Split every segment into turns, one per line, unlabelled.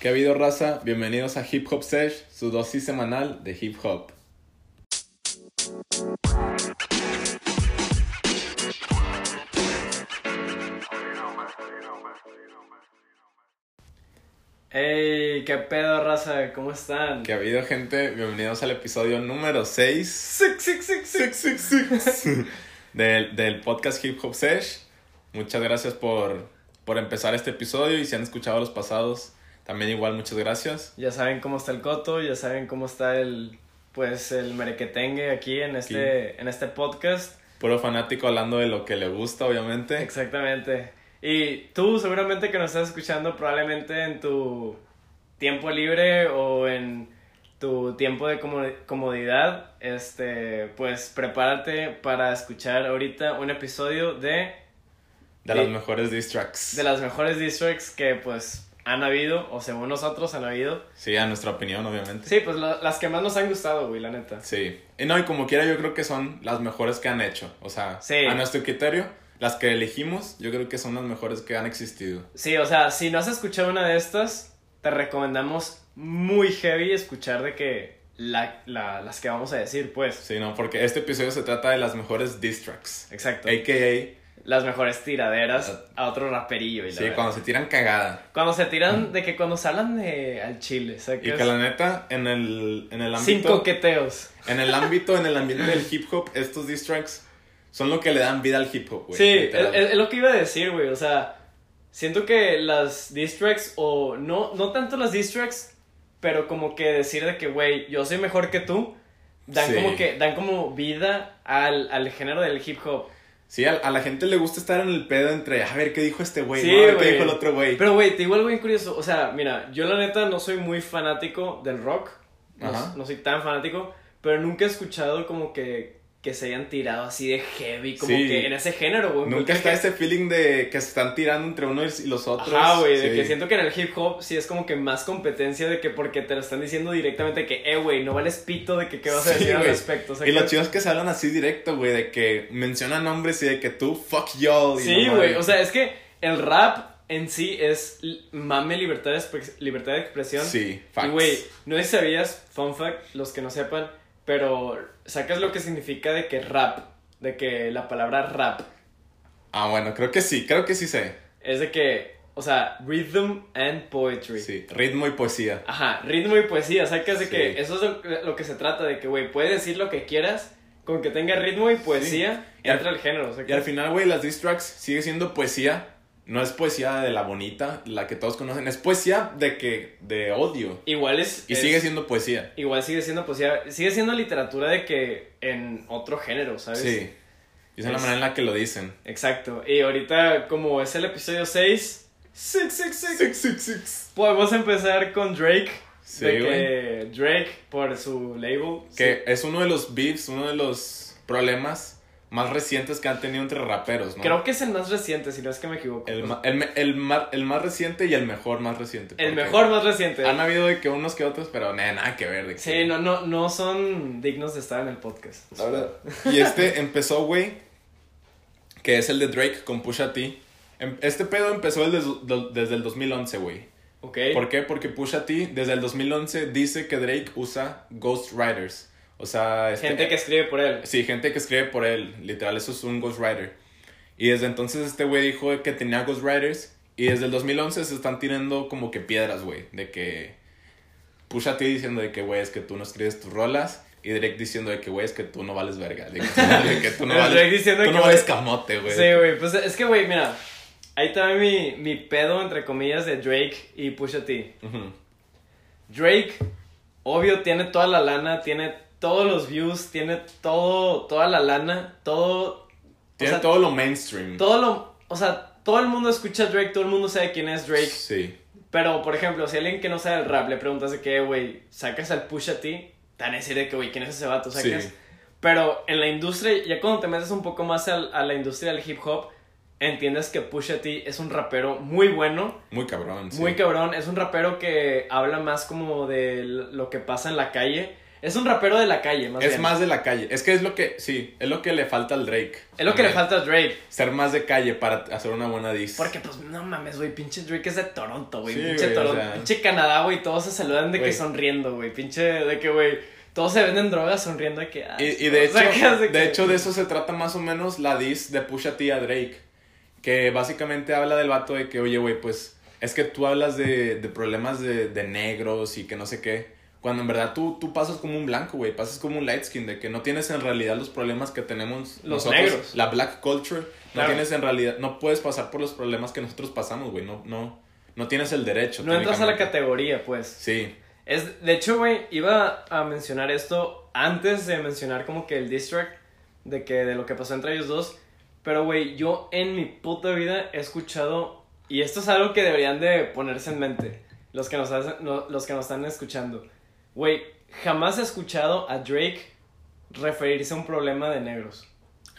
¿Qué ha habido, raza? Bienvenidos a Hip Hop Sesh, su dosis semanal de hip hop.
¡Ey! ¿Qué pedo, raza? ¿Cómo están?
¿Qué ha habido, gente? Bienvenidos al episodio número 6
Sic, sic, sic, sic.
del, del podcast Hip Hop Sesh. Muchas gracias por, por empezar este episodio y si han escuchado los pasados, también igual muchas gracias.
Ya saben cómo está el coto, ya saben cómo está el, pues, el merequetengue aquí en este, en este podcast.
Puro fanático hablando de lo que le gusta, obviamente.
Exactamente. Y tú, seguramente que nos estás escuchando, probablemente en tu tiempo libre o en tu tiempo de como- comodidad, este, pues prepárate para escuchar ahorita un episodio de
De los mejores diss tracks.
de las mejores districts que pues han habido, o según nosotros han habido.
Sí, a nuestra opinión, obviamente.
Sí, pues la- las que más nos han gustado, güey, la neta.
Sí. Y no, y como quiera, yo creo que son las mejores que han hecho. O sea,
Sí.
a nuestro criterio, las que elegimos, yo creo que son las mejores que han existido.
Sí, o sea, si no has escuchado una de estas, te recomendamos muy heavy escuchar de que la, la- las que vamos a decir, pues.
Sí, no, porque este episodio se trata de las mejores diss tracks.
Exacto.
AKA,
Las mejores tiraderas a otro raperillo. Y la
Ah. sí,
verga.
cuando se tiran cagada.
Cuando se tiran, de que cuando se hablan de al chile, ¿sabes?
Y que la neta, en el, en el
Sin
ámbito.
coqueteos.
En el ámbito, en el ambiente del hip hop, estos diss tracks son lo que le dan vida al hip hop, güey.
Sí, es,
literal.
es- es lo que iba a decir, güey. O sea, siento que las diss tracks, o no, no tanto las diss tracks, pero como que decir de que, güey, yo soy mejor que tú, dan
Sí.
como que, dan como vida al, al género del hip hop.
Sí, a, a la gente le gusta estar en el pedo entre a ver qué dijo este güey,
Sí,
no, a ver qué
güey.
dijo el otro güey.
Pero, güey, te digo algo bien curioso. O sea, mira, yo la neta no soy muy fanático del rock.
Ajá.
No, no soy tan fanático, pero nunca he escuchado como que, que se hayan tirado así de heavy, como
Sí.
que en ese género, güey.
Nunca
Porque-
está este ese feeling de que se están tirando entre uno y los otros.
Ajá, güey, de
Sí.
que siento que en el hip hop sí es como que más competencia de que porque te lo están diciendo directamente que, eh, güey, no vales pito de que qué vas a
Sí,
decir al
güey.
respecto. o sea,
Y
que-
los chicos que se hablan así directo, güey, de que mencionan nombres y de que tú, fuck y'all. y
Sí,
no
güey,
mames.
o sea, es que el rap en sí es l- mame libertad de, expre- libertad de expresión.
Sí,
Y,
facts.
güey, no sé si sabías, fun fact, los que no sepan, pero sacas lo que significa de que rap, de que la palabra rap
Ah, bueno, creo que sí, creo que sí sé.
es de que, o sea, rhythm and poetry.
Sí, ritmo y poesía.
Ajá, ritmo y poesía, sacas de
Sí.
que eso es lo, lo que se trata, de que, güey, puedes decir lo que quieras, con que tenga ritmo y poesía,
Y al-
entra el género, sacas.
Y al final, güey, las diss tracks sigue siendo poesía. No es poesía de la bonita, la que todos conocen. Es poesía de que, de odio.
igual es...
Y
es-
sigue siendo poesía.
Igual sigue siendo poesía, sigue siendo literatura de que en otro género, ¿sabes?
Sí. Y es la
Es-
manera en la que lo dicen.
Exacto, y ahorita como es el episodio 6, six, six, six,
Six, six, six.
podemos empezar con Drake,
Sí,
de
güey.
que Drake, por su label,
Que
sí,
es uno de los beefs, uno de los problemas más recientes que han tenido entre raperos, ¿no?
creo que es el más reciente, si no es que me equivoco.
el, ma- el, me- el, ma- el más reciente y el mejor más reciente.
El
porque
mejor más reciente.
Han habido de que unos que otros, pero nada, nada que ver. de que-
Sí, no, no, no son dignos de estar en el podcast.
La verdad. Y este empezó, güey, que es el de Drake con Pusha T. Em- Este pedo empezó el des- do- desde el 2011, güey.
Ok.
¿Por qué? Porque Pusha T desde el 2011 dice que Drake usa Ghost Riders. O sea, este,
Gente que escribe por él.
Sí, gente que escribe por él, literal, eso es un ghostwriter. Y desde entonces este güey dijo que tenía ghostwriters y desde el 2011 se están tirando como que piedras, güey, de que Pusha T diciendo de que, güey, es que tú no escribes tus rolas y Drake diciendo de que, güey, es que tú no vales verga, de que, de que tú no
El
vales,
Drake diciendo
tú
que,
no
güey-
vales camote, güey.
Sí, güey. Pues es que, güey, mira. Ahí está mi, mi pedo, entre comillas, de Drake y Pusha T.
Ujú.
Drake, obvio, tiene toda la lana, tiene todos los views, tiene todo, toda la lana, todo...
Tiene
o sea,
todo lo mainstream.
Todo lo... O sea, todo el mundo escucha a Drake, todo el mundo sabe quién es Drake.
Sí.
Pero, por ejemplo, si alguien que no sabe el rap le preguntas de que, güey, sacas al Pusha T, tan decir de que, güey, ¿quién es ese vato? Sacas.
Sí.
Pero en la industria, ya cuando te metes un poco más al- a la industria del hip hop, entiendes que Pusha T es un rapero muy bueno,
Muy cabrón, sí.
muy cabrón, es un rapero que habla más como de lo que pasa en la calle. Es un rapero de la calle, más
es
bien.
más de la calle. Es que es lo que, sí, es lo que le falta al Drake.
Es lo que le
También.
falta a Drake.
Ser más de calle para hacer una buena diss.
Porque, pues, no mames, güey, pinche Drake es de Toronto, güey.
Sí,
pinche
güey, o
Toronto,
sea.
pinche Canadá, güey, todos se saludan de que
Güey.
sonriendo, güey. Pinche de que, güey, todos se venden drogas sonriendo de que... ah,
Y, y de,
o sea, que
hecho,
hace que-
de hecho, de eso se trata más o menos la diss de Pusha T a Drake. Que básicamente habla del vato de que, oye, güey, pues es que tú hablas de, de problemas de, de negros y que no sé qué. Cuando en verdad tú, tú pasas como un blanco, güey. Pasas como un light skin, de que no tienes en realidad los problemas que tenemos
Los negros.
La black culture.
Claro.
No tienes en realidad, no puedes pasar por los problemas que nosotros pasamos, güey. No, no, no tienes el derecho.
No entras a la
técnicamente.
categoría, pues.
Sí,
Es, de hecho, güey, iba a mencionar esto antes de mencionar como que el distract de que de lo que pasó entre ellos dos. Pero, güey, yo en mi puta vida he escuchado, y esto es algo que deberían de ponerse en mente, los que nos, hacen- no- los que nos están escuchando. Güey, jamás he escuchado a Drake referirse a un problema de negros.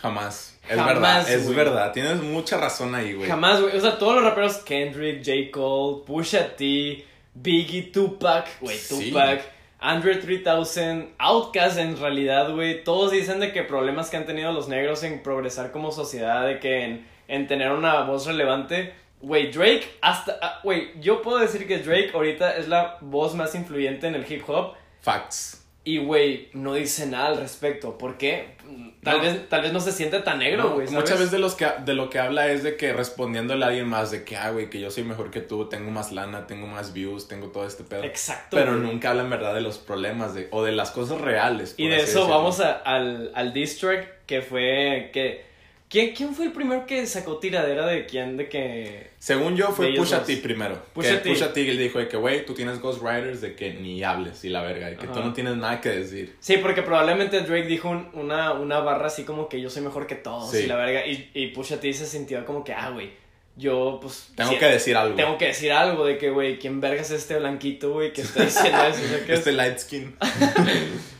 jamás. Es
Jamás,
verdad, es
güey.
verdad. Tienes mucha razón ahí, güey.
Jamás, güey. O sea, todos los raperos, Kendrick, J. Cole, Pusha T, Biggie, Tupac, güey,
Sí.
Tupac, Andre 3000, Outkast en realidad, güey. Todos dicen de que problemas que han tenido los negros en progresar como sociedad, de que en, en tener una voz relevante. Güey, Drake, hasta, ah, güey, yo puedo decir que Drake ahorita es la voz más influyente en el hip hop.
Facts.
Y, güey, no dice nada al respecto. ¿Por qué? Tal,
No.
vez, tal vez no se siente tan negro,
No,
güey. ¿sabes?
Muchas veces de, los que, de lo que habla es de que respondiéndole a alguien más, de que, ah, güey, que yo soy mejor que tú, tengo más lana, tengo más views, tengo todo este pedo.
Exacto.
Pero
güey.
nunca habla en verdad de los problemas de, o de las cosas reales.
Y de eso vamos a- al, al diss track que fue que... ¿quién, ¿Quién fue el primero que sacó tiradera de quién? De que...
Según yo,
de
fue
ellos
Pusha
dos.
T primero.
Pusha
Pusha
T.
T. Pusha T le dijo de que, güey, tú tienes Ghost Riders de que ni hables y la verga, de que tú
Ajá.
no tienes nada que decir.
Sí, porque probablemente Drake dijo un- una, una barra así como que yo soy mejor que todos
Sí.
y la verga. Y, y Pusha T se sintió como que, ah, güey, yo pues...
Tengo
sí,
que decir algo.
Tengo que decir algo de que, güey, ¿quién vergas es este blanquito, güey, que está diciendo eso? O sea, que es-
Este light skin.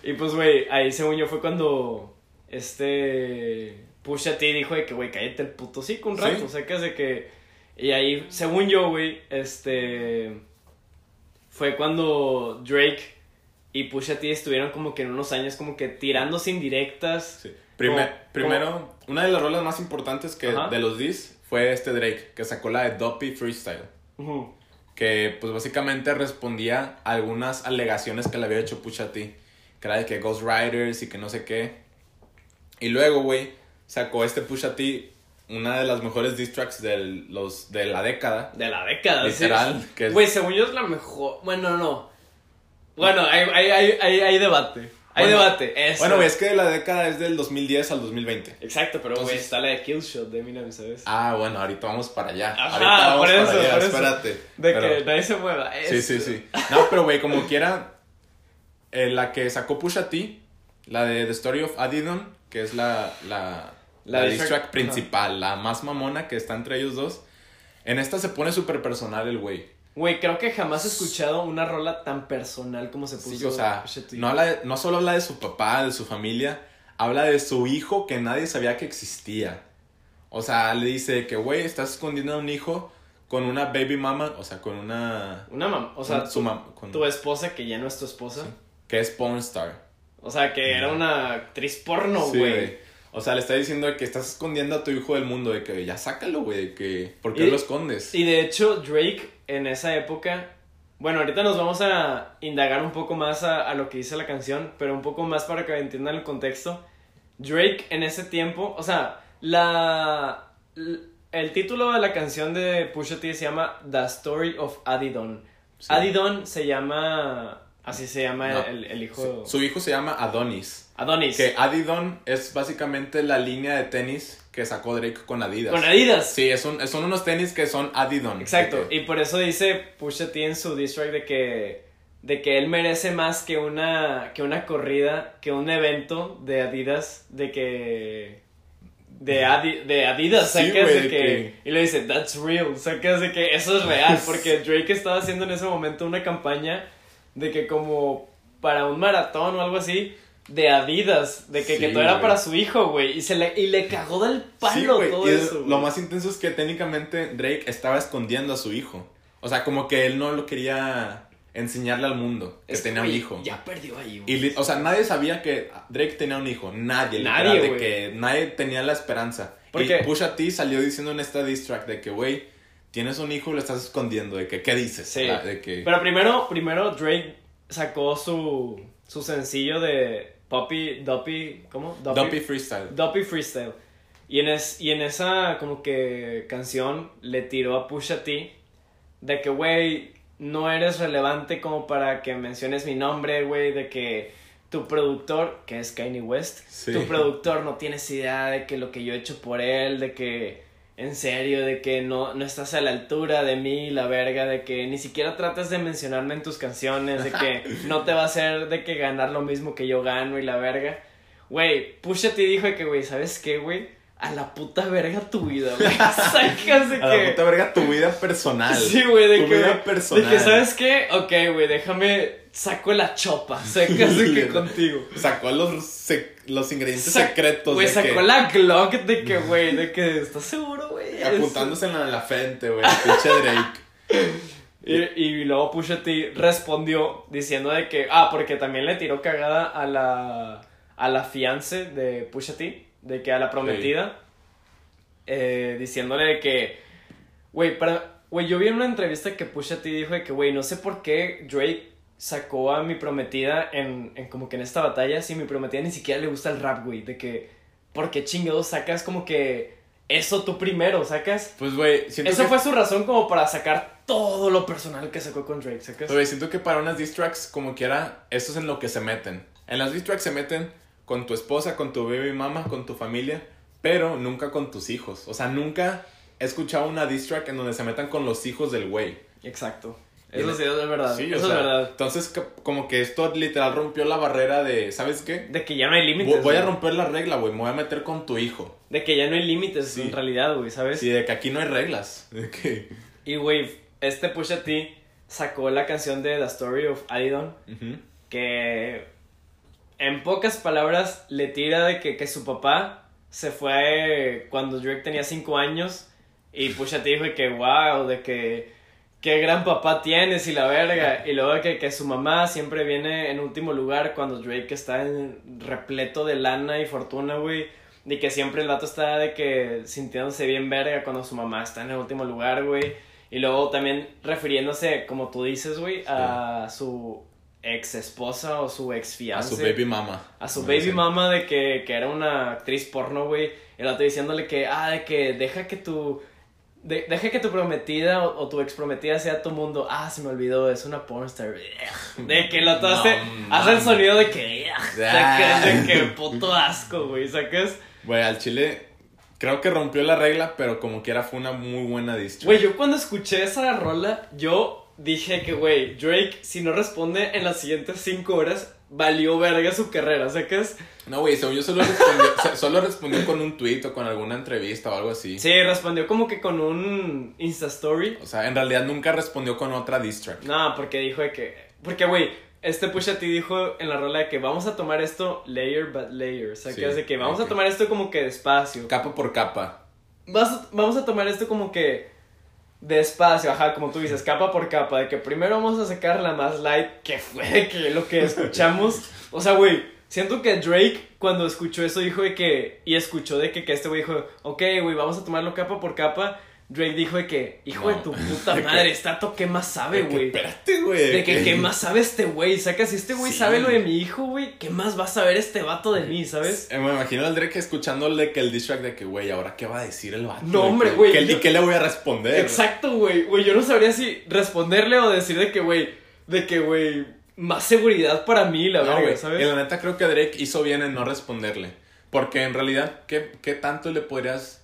Y pues, güey, ahí según yo fue cuando este Pusha T dijo de que, güey, cállate el puto hocico un
Sí.
rato, o sea, que es de que... Y ahí, según yo, güey, este... Fue cuando Drake y Pusha T estuvieron como que en unos años como que tirándose indirectas.
Sí. Prime-
Como-
primero, una de las rolas más importantes que
Ajá.
de los Ds fue este Drake, que sacó la de Doppy Freestyle.
Ujú.
que pues básicamente respondía a algunas alegaciones que le había hecho Pusha T, que era de que Ghost Riders y que no sé qué. Y luego, güey, sacó este Pusha T, una de las mejores diss tracks del- los, de la década,
De la década, Ah, sí.
literal, que es-
Güey, según yo es la mejor... Bueno, no. Bueno, hay, hay, hay, hay, hay debate. Hay
Bueno,
debate. Eso.
Bueno, güey, es que la década es del 2010 al 2020.
Exacto, pero, güey,
Entonces-
está la de Killshot de Eminem, ¿sabes?
Ah, bueno, ahorita vamos para allá.
Ajá,
ahorita vamos
por eso,
para allá,
por eso.
espérate.
De
Pero-
que nadie se mueva.
Sí, sí, sí. No, pero güey, como quiera, eh, la que sacó Pusha T, la de The Story of Adidon, que es la, la, la,
La diss
diss
track,
track principal, la más mamona que está entre ellos dos. En esta se pone súper personal el güey.
Güey, creo que jamás he escuchado una rola tan personal como se puso.
Sí, o sea,
Pusha T.
no, habla de- no solo habla de su papá, de su familia, habla de su hijo que nadie sabía que existía. O sea, le dice que, güey, estás escondiendo a un hijo con una baby mama, o sea, con una...
Una mamá. O sea,
su mam-
tu,
con-
tu esposa que ya no es tu esposa.
que es porn star.
O sea, que era una actriz porno,
Sí,
güey.
güey. O sea, le está diciendo de que estás escondiendo a tu hijo del mundo, de que ya sácalo, güey, de que... ¿Por qué
Y-
lo escondes?
Y de hecho, Drake en esa época. Bueno, ahorita nos vamos a indagar un poco más a, a lo que dice la canción, pero un poco más para que entiendan el contexto. Drake en ese tiempo, o sea, la. l- El título de la canción de Pusha T se llama The Story of Adidon.
Sí.
Adidon se llama. Así se llama
No,
el, el
Sí.
hijo.
Su hijo se llama Adonis.
Adonis.
Que Adidon es básicamente la línea de tenis que sacó Drake con Adidas.
Con Adidas.
Sí, es un- son unos tenis que son Adidon.
Exacto,
De que-
y por eso dice Pusha T en su diss track de que, de que él merece más que una, que una corrida, que un evento de Adidas, de que... De, Adi- de Adidas,
Sí,
sacas
güey,
de
de
que... Y le dice, that's real, sacas de que eso es real, porque Drake estaba haciendo en ese momento una campaña de que como para un maratón o algo así, de Adidas, de que, que
Sí,
todo era
güey.
para su hijo, güey, y, se le, y le cagó del
Sí,
palo
güey,
todo
y es-
eso.
Lo
güey.
más intenso es que técnicamente Drake estaba escondiendo a su hijo. O sea, como que él no lo quería... enseñarle al mundo que
Este
tenía un
güey
hijo.
Ya perdió ahí, güey.
Y, li- o sea, nadie sabía que Drake tenía un hijo. Nadie.
Nadie,
literal,
güey.
De que nadie tenía la esperanza.
Porque-
Y Pusha T salió diciendo en esta diss track de que, güey, tienes un hijo y lo estás escondiendo. De que, ¿qué dices?
Sí.
La- De que...
Pero primero, primero Drake sacó su, su sencillo de Poppy, Doppy, ¿cómo?
Dumpy Freestyle.
Doppy Freestyle. Y en, es, y en esa como que canción le tiró a Pusha T de que, güey, no eres relevante como para que menciones mi nombre, güey, de que tu productor, que es Kanye West,
Sí.
tu productor no tienes idea de que lo que yo he hecho por él, de que, en serio, de que no, no estás a la altura de mí, la verga, de que ni siquiera tratas de mencionarme en tus canciones, de que no te va a hacer de que ganar lo mismo que yo gano y la verga. Güey, Pusha T dijo de que, güey, ¿sabes qué, güey? A la puta verga tu vida, güey. Sacas de
A la
que-
puta verga, tu vida personal.
Sí, güey, de
tu
que.
vida personal.
De que, ¿sabes qué? Ok, güey, déjame. Saco la chopa. Sacas de que contigo.
Sacó los, sec- los ingredientes
Sac-
secretos.
Güey,
de
sacó
que-
la Glock de que, güey, de que. ¿Estás seguro, güey?
Apuntándose en la, en la frente, güey. Pinche Drake.
Y, y luego Pusha T respondió diciendo de que. Ah, porque también le tiró cagada a la. A la fiance de Pusha T. De que a la prometida. eh, diciéndole de que. Güey, para. Güey, yo vi en una entrevista que Pusha T dijo de que, güey, no sé por qué Drake sacó a mi prometida en, en como que en esta batalla. Si mi prometida ni siquiera le gusta el rap, güey. De que. ¿Por qué chingados sacas como que. Eso tú primero, sacas.
Pues, güey, siento
Eso
que...
fue su razón como para sacar todo lo personal que sacó con Drake, ¿sacas?
Pero siento que para unas diss tracks, como quiera, eso es en lo que se meten. En las diss tracks se meten con tu esposa, con tu baby mama, con tu familia, pero nunca con tus hijos. O sea, nunca he escuchado una diss track en donde se metan con los hijos del güey.
Exacto.
Y en-
Eso sí, eso es verdad.
Sí, o
Ah, eso
sea,
es verdad.
Entonces, co- como que esto literal rompió la barrera de, ¿sabes qué?
De que ya no hay límites.
Vo- Voy a
güey.
romper la regla, güey. Me voy a meter con tu hijo.
De que ya no hay límites
Sí.
en realidad, güey, ¿sabes?
Sí, de que aquí no hay reglas. De que...
Y, güey, este Pusha T sacó la canción de The Story of Adidon
Ujú.
que en pocas palabras le tira de que, que su papá se fue eh, cuando Drake tenía 5 años y Pusha T dijo de que wow, de que qué gran papá tienes y la verga y luego de que, que su mamá siempre viene en último lugar cuando Drake está en- repleto de lana y fortuna, güey. De que siempre el vato está de que sintiéndose bien verga cuando su mamá está en el último lugar, güey. Y luego también refiriéndose, como tú dices, güey, a su ex esposa o su ex
A
fiance.
su baby mama.
A su
Como
baby
dicen.
mama de que, que era una actriz porno, güey. El otro diciéndole que, ah, de que deja que tu. de- deja que tu prometida o, o tu ex prometida sea tu mundo. Ah, se me olvidó, es una pornstar. De que el otro
No
hace, hace el
mames.
sonido de que.
Ah.
sacas De que puto asco, güey. Sacas.
Güey, al chile creo que rompió la regla, pero como quiera fue una muy buena diss track.
Güey, yo cuando escuché esa rola, yo dije que, güey, Drake, si no responde en las siguientes cinco horas, valió verga su carrera. Sacas.
No, güey, según yo solo respondió, se- solo respondió con un tweet o con alguna entrevista o algo así.
Sí, respondió como que con un Insta Story.
O sea, en realidad nunca respondió con otra diss track.
No, porque dijo de que. Porque, güey, este Pusha T dijo en la rola de que vamos a tomar esto layer by layer. O sea,
Sí,
que es de que vamos
ok.
a tomar esto como que despacio.
Capa por capa.
Vas a- vamos a tomar esto como que despacio, ajá, como tú dices, capa por capa. De que primero vamos a sacar la más light, que fue de que lo que escuchamos. O sea, güey, siento que Drake cuando escuchó eso dijo de que. Y escuchó de que, que este güey dijo, ok, güey, vamos a tomarlo capa por capa. Drake dijo de que, hijo de
No.
tu puta madre, está toque más sabe,
De que,
güey.
Espérate, güey.
De que, ¿qué más sabe este güey? Saca, si este güey
Sí.
sabe lo de mi hijo, güey, ¿qué más va a saber este vato de mí, sabes?
Eh, me imagino al Drake escuchándole que el diss track de que, güey, ahora qué va a decir el vato.
No,
De
hombre,
que-
güey,
¿qué-
yo-
¿Y qué le voy a responder?
Exacto, güey. Güey, yo no sabría si responderle o decir de que, güey, de que, güey, más seguridad para mí, la
No,
verga,
güey.
¿sabes?
Y la neta creo que Drake hizo bien en no responderle. Porque en realidad, ¿qué, qué tanto le podrías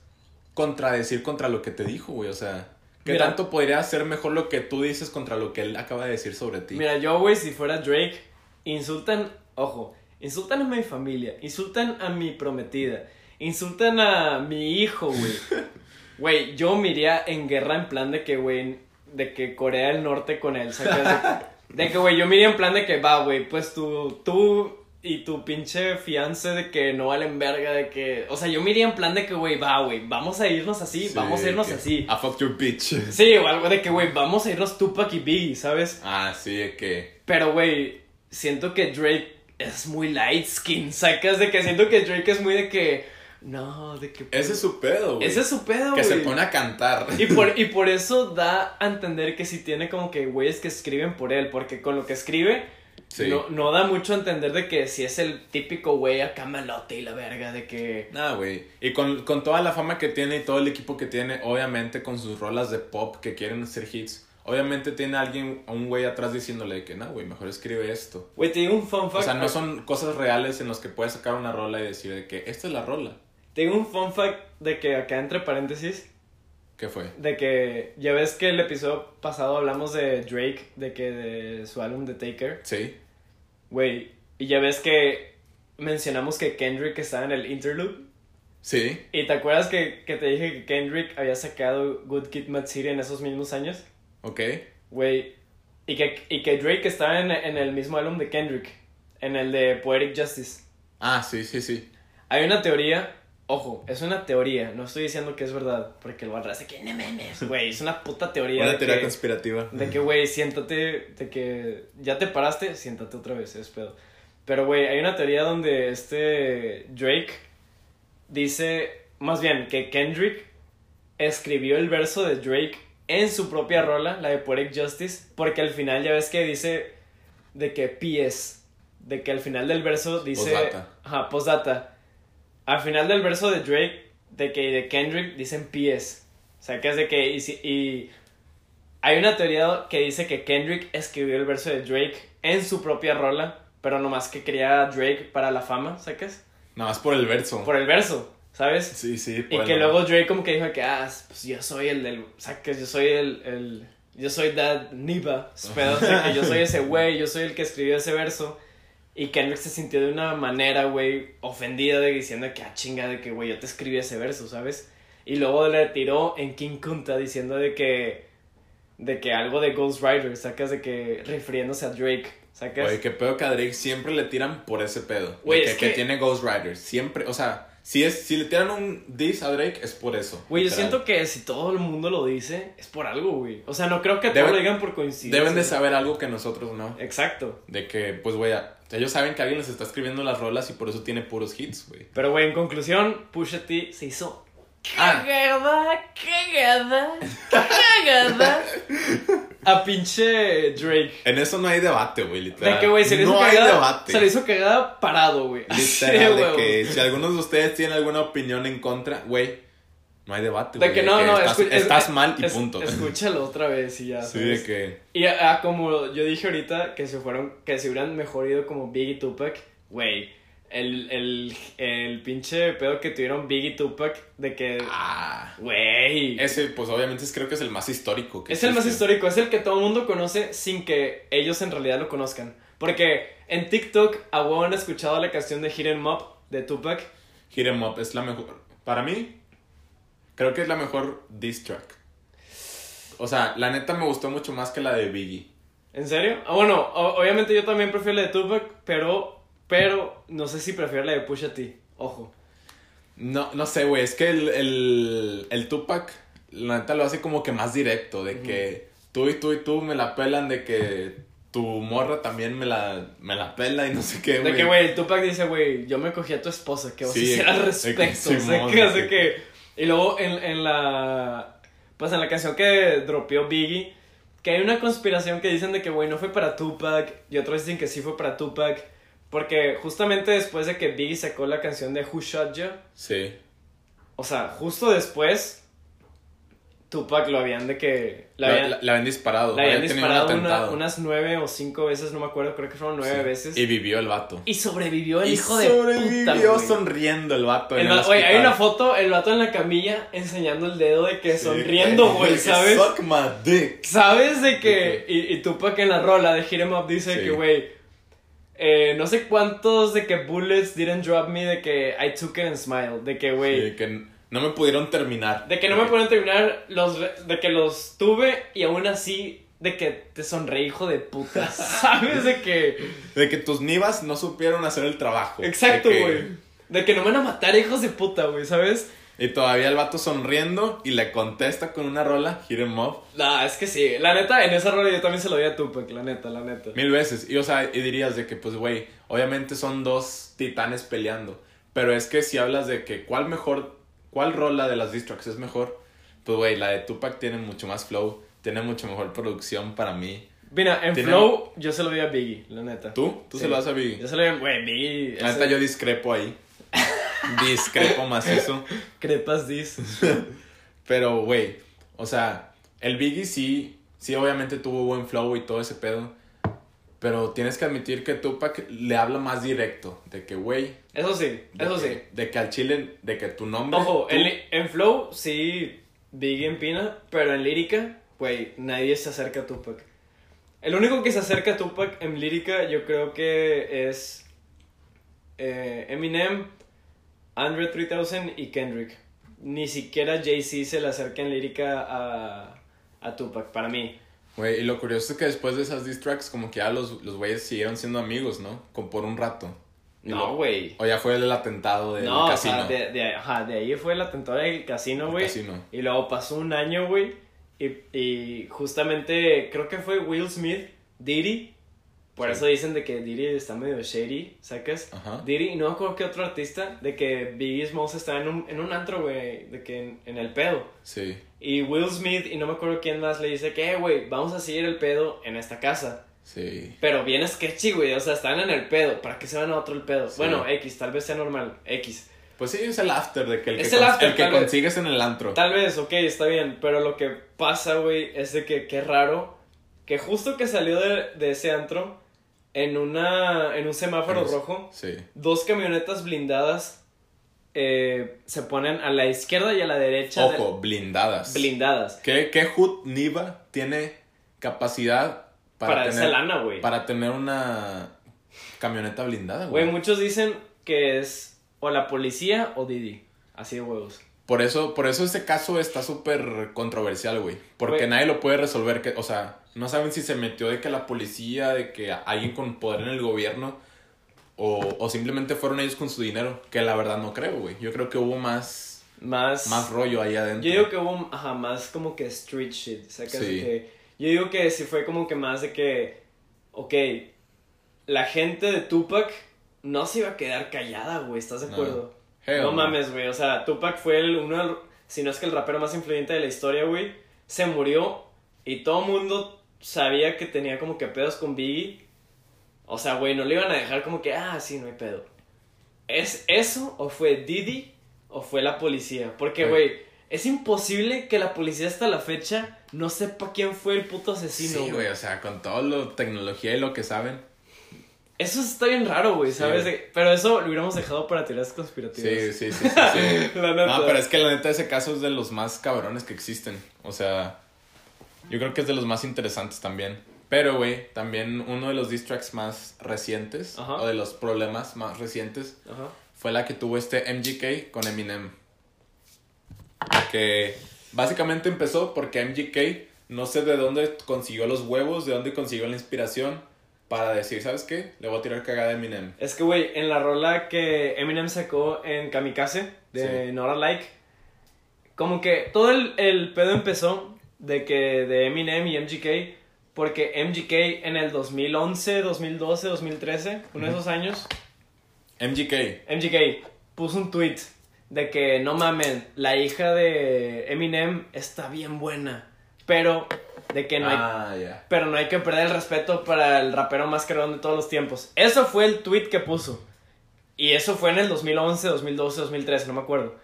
contradecir contra lo que te dijo, güey? O sea, ¿qué
Mira.
tanto podría ser mejor lo que tú dices contra lo que él acaba de decir sobre ti?
Mira, yo, güey, si fuera Drake, insultan, ojo, insultan a mi familia, insultan a mi prometida, insultan a mi hijo, güey. Güey, yo me iría en guerra en plan de que, güey, de que Corea del Norte con él, sacas de, de que, güey, yo me iría en plan de que va, güey, pues tú, tú y tu pinche fiance de que no valen verga, de que. O sea, yo me iría en plan de que, güey, va, güey, vamos a irnos así, vamos a irnos
que-
así.
I fucked your bitch.
Sí, o algo de que, güey, vamos a irnos Tupac y Biggie, ¿sabes?
Ah, sí, de que.
Pero, güey, siento que Drake es muy light skin, sacas de que siento que Drake es muy de que. No, de que.
Ese es su pedo, güey.
Ese es su pedo,
Que se
güey.
pone a cantar.
Y por, y por eso da a entender que sí tiene como que güeyes que escriben por él, porque con lo que escribe
Sí.
no, no da mucho a entender de que si es el típico güey a camalote y la verga, de que...
Nah, güey. Y con, con toda la fama que tiene y todo el equipo que tiene, obviamente con sus rolas de pop que quieren hacer hits, obviamente tiene alguien, un güey atrás diciéndole que, no, güey, mejor escribe esto.
Güey, te digo un fun fact.
O sea, no son cosas reales en las que puedes sacar una rola y decir de que esta es la rola.
Te digo un fun fact de que acá entre paréntesis,
¿Qué fue?
de que ya ves que el episodio pasado hablamos de Drake, de que de su álbum The Taker,
Sí.
güey, y ya ves que mencionamos que Kendrick estaba en el interlude.
Sí.
¿Y te acuerdas que, que te dije que Kendrick había sacado Good Kid Mad City en esos mismos años?
Ok.
Güey. Y que, y que Drake estaba en, en el mismo álbum de Kendrick, en el de Poetic Justice.
Ah, sí, sí, sí.
Hay una teoría, ojo, es una teoría, no estoy diciendo que es verdad, porque el barra hace que no mames, güey, es una puta teoría.
Una
de
teoría
que-
conspirativa.
de que, güey, siéntate, de que ya te paraste, siéntate otra vez, es pedo. Pero, güey, hay una teoría donde este Drake dice, más bien, que Kendrick escribió el verso de Drake en su propia rola, la de Poetic Justice, porque al final ya ves que dice de que pies, de que al final del verso dice...
Postdata.
Ajá, postdata. Al final del verso de Drake, de que de Kendrick dicen pies. O sea, que es de que... Y, si- y hay una teoría que dice que Kendrick escribió el verso de Drake en su propia rola, pero nomás que quería a Drake para la fama, ¿sacas?
Nada más por el verso.
Por el verso, ¿sabes?
Sí, sí.
Y
por el-
que luego Drake como que dijo que, ah, pues yo soy el del, ¿sacas? Yo soy el, el yo soy that Niva, pero o sea, que yo soy ese güey, yo soy el que escribió ese verso. Y Kendrick se sintió de una manera, güey, ofendida de diciendo que, ah, chinga, de que, güey, yo te escribí ese verso, ¿sabes? Y luego le tiró en King Kunta diciendo de que, de que algo de Ghost Rider, ¿sacas? De que refiriéndose a Drake, ¿sacas?
Oye, qué pedo que a Drake siempre le tiran por ese pedo. de
Güey,
que,
es
que
que-
tiene Ghost Rider. Siempre, o sea, si, es, si le tiran un diss a Drake es por eso.
Güey, yo
literal.
siento que si todo el mundo lo dice, es por algo, güey. O sea, no creo que todo
Deben-
lo digan por coincidencia.
Deben de saber algo que nosotros no.
Exacto.
De que, pues, güey, a- ellos saben que alguien les está escribiendo las rolas y por eso tiene puros hits, güey.
Pero, güey, en conclusión, Pusha T se hizo
Ah.
cagada, cagada, cagada a pinche Drake.
En eso no hay debate, güey, literal.
De que, güey, se le hizo
no hay
cagada.
debate.
Se le hizo cagada parado, güey. Así de
Literal, de
huevo.
que si algunos de ustedes tienen alguna opinión en contra, güey, no hay debate,
De
güey.
que no, no,
estás,
escu- es-
estás mal y
es-
punto.
Escúchalo otra vez y ya.
Sí,
¿sabes?
de que.
Y ah, ah, como yo dije ahorita, que se fueron, que se hubieran mejor ido como Big y Tupac, güey. El, el, el pinche pedo que tuvieron Big y Tupac de que,
Ah.
güey. Es,
Ese, pues obviamente es- creo que es el más histórico. que
el más
existe.
histórico, es el que todo el mundo conoce sin que ellos en realidad lo conozcan. Porque en TikTok a huevo han escuchado la canción de Hidden Mob de Tupac.
Hit 'em Up es la mejor. Para mí, creo que es la mejor diss track. O sea, la neta me gustó mucho más que la de Biggie.
¿En serio? Ah, bueno, o- obviamente yo también prefiero la de Tupac, pero, pero no sé si prefiero la de Pusha T. Ojo.
No, no sé, güey. Es que el, el, el Tupac, la neta lo hace como que más directo. De que tú y tú y tú me la pelan. De que tu morra también me la, me la pela y no sé qué,
De que, güey, Tupac dice, güey, yo me cogí a tu esposa, ¿qué vas
Sí,
a hacer al
de que-
respecto? o sea,
Simón,
que,
de
o sea, que- Y luego en, en la... Pues en la canción que dropeó Biggie, que hay una conspiración que dicen de que, güey, no fue para Tupac, y otros dicen que sí fue para Tupac, porque justamente después de que Biggie sacó la canción de Who Shot You,
Sí.
o sea, justo después, Tupac lo habían de que... la
La,
habían-
la- la habían disparado.
la habían
habían tenido
disparado
un
una-
atentado.
unas nueve o cinco veces, no me acuerdo, creo que fueron nueve
Sí.
veces.
Y vivió el vato.
Y sobrevivió el
Y
hijo de puta,
sobrevivió
güey.
sonriendo el vato. en
El
el
va- oye, hay
hospital.
una foto, el vato en la camilla enseñando el dedo de que
Sí,
sonriendo, güey,
de que
¿sabes?
Suck my dick.
¿Sabes de que... Y, y Tupac en la rola de Hit 'em Up dice
Sí.
que, güey, eh, no sé cuántos de que bullets didn't drop me, de que I took it and smiled, de que,
Sí,
güey,
de que no me pudieron terminar.
de que no me pueden terminar, los, re- de que los tuve y aún así de que te sonreí, hijo de puta. ¿Sabes? De que.
De que tus nivas no supieron hacer el trabajo.
Exacto,
De que-
güey. De que no me van a matar, hijos de puta, güey, ¿sabes?
Y todavía el vato sonriendo y le contesta con una rola, Hit em Up,
Nah, es que sí. La neta, en esa rola yo también se lo di a Tupac, la neta, la neta.
mil veces. Y o sea, y dirías de que, pues, güey, obviamente son dos titanes peleando. Pero es que si hablas de que cuál mejor, cuál rola de las diss tracks es mejor, pues, güey, la de Tupac tiene mucho más flow, tiene mucho mejor producción para mí.
Mira, en
Tiene-
Flow yo se lo di a Biggie, la neta.
¿Tú? ¿Tú
Sí.
se lo das a Biggie?
Yo se lo di a. Güey, Biggie.
La neta,
ese-
yo discrepo ahí. discrepo macizo.
Crepas dis.
Pero, güey, o sea, el Biggie sí, sí obviamente tuvo buen flow y todo ese pedo. Pero tienes que admitir que Tupac le habla más directo. De que, güey.
Eso sí,
de
eso sí.
que- De que al chile, de que tu nombre.
Ojo,
tú-
en, li- en Flow sí, Biggie empina, pero en lírica, güey, nadie se acerca a Tupac. El único que se acerca a Tupac en lírica yo creo que es eh, Eminem, Andre 3000 y Kendrick. Ni siquiera Jay-Z se le acerca en lírica a, a Tupac, para mí.
Güey, y lo curioso es que después de esas diss tracks, como que ya los los güeyes siguieron siendo amigos, ¿no? Con, por un rato. Y
No,
lo-
güey.
O ya fue el atentado del
No, o
casino.
sea, de, de- ajá, de ahí fue el atentado del casino,
Del
güey.
casino.
Y luego pasó un año, güey. Y, y justamente creo que fue Will Smith, Diddy. Por
Sí.
eso dicen de que Diddy está medio shady, ¿sacas?
Ajá.
Diddy, y no me acuerdo qué otro artista, de que Biggie Smalls estaba en un, en un antro, güey, de que en, en el pedo.
Sí.
Y Will Smith, y no me acuerdo quién más, le dice que, "Eh, güey, vamos a seguir el pedo en esta casa.
Sí.
Pero bien sketchy, güey, o sea, están en el pedo, ¿para qué se van a otro el pedo?
Sí.
Bueno, X, tal vez sea normal, X.
Pues sí, es el after de que el
Es
que,
el
cons-
after,
el que
tal vez.
consigues en el antro.
Tal vez, ok, está bien, pero lo que pasa, güey, es de que qué raro que justo que salió de, de ese antro, en, una, en un semáforo
En un-
rojo,
Sí.
dos camionetas blindadas eh, se ponen a la izquierda y a la derecha de-
Ojo, blindadas.
blindadas
¿Qué, qué Hood Niva tiene capacidad
para,
para,
esa
tener,
lana, güey.
para tener una camioneta blindada,
Güey,
güey?
muchos dicen que es o la policía o Didi, así de huevos.
Por eso, por eso ese caso está súper controversial, güey. Porque
Güey.
nadie lo puede resolver. Que, o sea, no saben si se metió de que la policía, de que alguien con poder en el gobierno, o, o simplemente fueron ellos con su dinero. Que la verdad no creo, güey. Yo creo que hubo más,
Más...
más rollo ahí adentro.
Yo digo que hubo ajá, más como que street shit, sacas de
Sí.
que- yo digo que sí fue como que más de que, ok, la gente de Tupac no se iba a quedar callada, güey, ¿estás de
No.
acuerdo?
Hell
no mames, güey, o sea, Tupac fue el uno, del- si no es que el rapero más influyente de la historia, güey, se murió y todo mundo sabía que tenía como que pedos con Biggie. O sea, güey, no le iban a dejar como que, ah, sí, no hay pedo. ¿Es eso o fue Didi o fue la policía? Porque,
Sí.
güey, es imposible que la policía hasta la fecha no sepa quién fue el puto asesino,
Sí,
güey.
güey, o sea, con toda la tecnología y lo que saben.
eso está bien raro, güey,
Sí,
¿sabes?
güey.
De- Pero eso lo hubiéramos dejado para teorías conspirativas.
Sí, sí, sí, sí, sí.
La neta.
No, pero es que la neta ese caso es de los más cabrones que existen. O sea, yo creo que es de los más interesantes también. Pero, güey, también uno de los diss tracks más recientes,
Ajá.
o de los problemas más recientes,
Ajá.
fue la que tuvo este MGK con Eminem. Que básicamente empezó porque MGK no sé de dónde consiguió los huevos, de dónde consiguió la inspiración para decir, ¿sabes qué? Le voy a tirar cagada a Eminem.
Es que, güey, en la rola que Eminem sacó en Kamikaze de
Sí.
Nora Like, como que todo el, el pedo empezó de que de Eminem y MGK, porque MGK en el 2011, 2012, 2013, uno de esos años,
MGK.
MGK puso un tweet de que no mamen, la hija de Eminem está bien buena, pero de que no hay
Ah, ya.
pero no hay que perder el respeto para el rapero más creador de todos los tiempos. Eso fue el tweet que puso. Y eso fue en el 2011, 2012, 2013, no me acuerdo.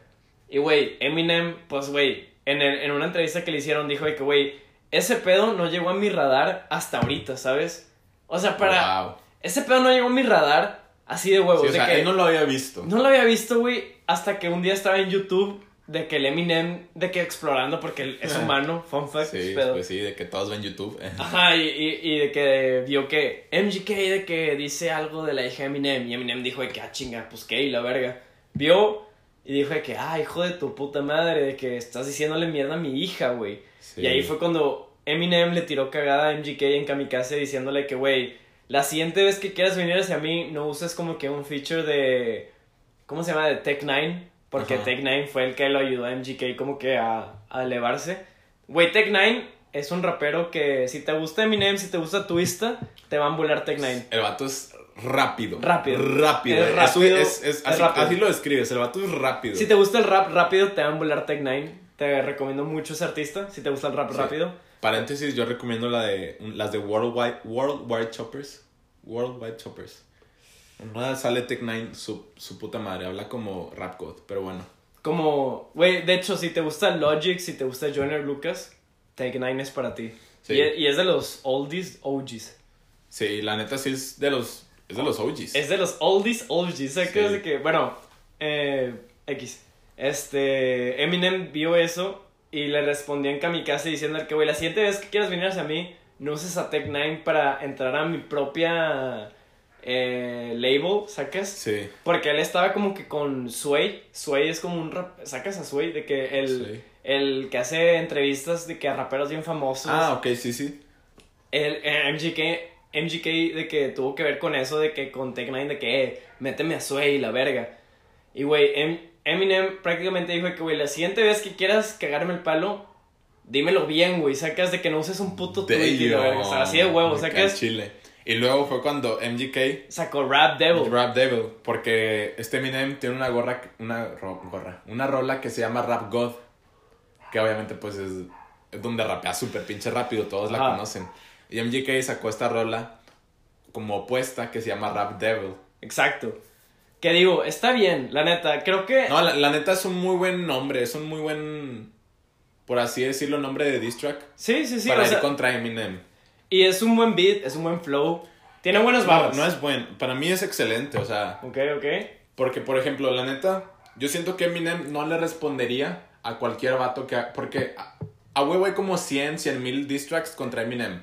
Y, güey, Eminem, pues, güey, en, el- en una entrevista que le hicieron dijo de que, güey, ese pedo no llegó a mi radar hasta ahorita, ¿sabes? O sea, para...
Wow.
Ese pedo no llegó a mi radar así de huevos.
Sí, o
de
sea,
que
él no lo había visto.
no lo había visto, güey, hasta que un día estaba en YouTube de que el Eminem, de que explorando, porque él es humano, fun fact,
sí,
pedo.
pues sí, de que todos ven YouTube.
Ajá, y, y, y de que vio que MGK de que dice algo de la hija de Eminem y Eminem dijo de que, ah, chinga, pues qué, y la verga. Vio y dijo de que, ah, hijo de tu puta madre, de que estás diciéndole mierda a mi hija, güey.
Sí.
Y ahí fue cuando Eminem le tiró cagada a MGK en Kamikaze diciéndole que, güey, la siguiente vez que quieras venir hacia mí, no uses como que un feature de. ¿Cómo se llama? De Tech Nine. Porque
Ajá.
Tech Nine fue el que lo ayudó a MGK como que a, a elevarse. Güey, Tech Nine es un rapero que si te gusta Eminem, si te gusta Twista, te va a ambular Tech Nine.
El vato es rápido.
Rápido.
Rápido.
Es
güey.
rápido,
Es- es-
es
así,
rápido.
así lo describes. El vato es rápido.
Si te gusta el rap rápido, te va a ambular Tech Nine. Te recomiendo mucho ese artista, si te gusta el rap
Sí.
rápido.
Paréntesis, yo recomiendo la de, las de Worldwide, Worldwide Choppers. Worldwide Choppers. En una sale Tech Nine, su, su puta madre. Habla como rap god, pero bueno.
Como, güey, de hecho, si te gusta Logic, si te gusta Joyner Lucas, Take Nine es para ti.
Sí.
Y, e- y es de los oldies, OGs.
Sí, la neta sí es de los, es de los OGs.
Es de los oldies, OGs. ¿sabes qué?
Sí.
Es de que, bueno, eh, X. Este, Eminem vio eso y le respondió en kamikaze diciendo que, güey, la siguiente vez que quieras venir hacia mí, no uses a Tech Nine para entrar a mi propia eh, label, ¿sacas?
Sí.
Porque él estaba como que con Sway. Sway es como un rap. Sacas a Sway de que el,
Sí.
el que hace entrevistas de que a raperos bien famosos.
Ah, ok, sí, sí.
El, eh, MGK. MGK de que tuvo que ver con eso, de que con Tech Nine, de que, eh, méteme a Sway, la verga. Y güey, Em- Eminem prácticamente dijo que, güey, la siguiente vez que quieras cagarme el palo, dímelo bien, güey. Sacas de que no uses un puto tweet y la verga. O sea, así de huevo,
Me cae
sacas.
Chile. Y luego fue cuando MGK
Sacó Rap Devil.
Rap Devil, porque este Eminem tiene una gorra, una ro- gorra, una rola que se llama Rap God, que obviamente pues es, es donde rapea súper pinche rápido, todos la
Ajá.
conocen. Y MGK sacó esta rola como opuesta que se llama Rap Devil.
Exacto. Que digo, está bien, la neta. Creo que.
No, la, la neta es un muy buen nombre, es un muy buen, por así decirlo, nombre de diss track
Sí, sí, sí.
para
o
ir
sea,
contra Eminem.
Y es un buen beat, es un buen flow. Tiene buenos
No,
barras.
no es buen, para mí es excelente, o sea...
Ok, ok.
Porque, por ejemplo, la neta, yo siento que Eminem no le respondería a cualquier vato que... Porque a, a huevo hay como 100, 100 mil diss tracks contra Eminem.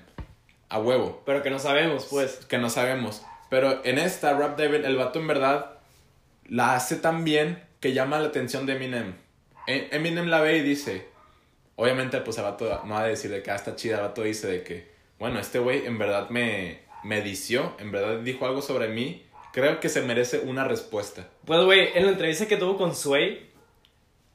A huevo.
Pero que no sabemos, pues.
Que no sabemos. Pero en esta, Rap Devil, el vato en verdad la hace tan bien que llama la atención de Eminem. E- Eminem la ve y dice... Obviamente, pues el vato no va a decir de que ah, está chida. El vato dice de que... Bueno, este güey en verdad me, me dició. En verdad dijo algo sobre mí. Creo que se merece una respuesta.
Pues, güey, en la entrevista que tuvo con Sway,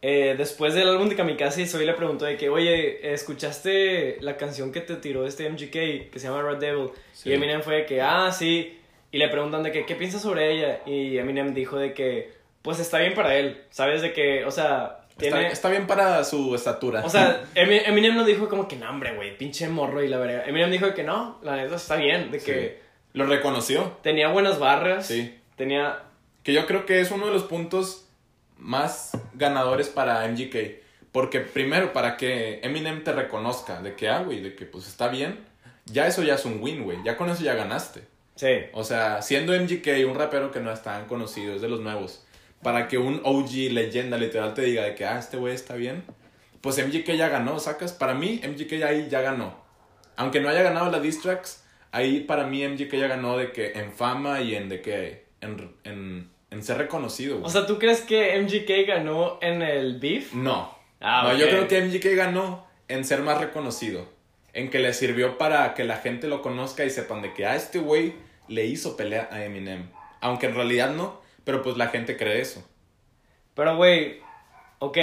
eh, después del álbum de Kamikaze, Sway le preguntó de que, oye, ¿escuchaste la canción que te tiró este MGK que se llama Red Devil?
Sí.
Y Eminem fue de que, ah, sí. Y le preguntan de que, ¿qué piensas sobre ella? Y Eminem dijo de que, pues está bien para él. ¿Sabes? De que, o sea, tiene.
Está, está bien para su estatura.
O sea, Emi- Eminem no dijo como que no, hombre, güey, pinche morro y la verga. Eminem dijo que no, la neta está bien, de
Sí.
que
lo reconoció.
tenía buenas barras,
Sí.
tenía...
Que yo creo que es uno de los puntos más ganadores para MGK. Porque primero, para que Eminem te reconozca de que, ah, güey, de que pues está bien. Ya eso ya es un win, güey. Ya con eso ya ganaste.
Sí.
O sea, siendo MGK un rapero que no es tan conocido, es de los nuevos. Para que un OG leyenda literal te diga de que, ah, este güey está bien. Pues MGK ya ganó, sacas. Para mí, MGK ya ahí ya ganó. Aunque no haya ganado la diss tracks, ahí para mí MGK ya ganó de que en fama y en de que en, en, en ser reconocido. güey.
O sea, ¿tú crees que MGK ganó en el beef?
no.
Ah,
Mm. no, yo
ok.
creo que MGK ganó en ser más reconocido. En que le sirvió para que la gente lo conozca y sepan de que a este güey le hizo pelea a Eminem. Aunque en realidad no, pero pues la gente cree eso.
Pero, güey, ok,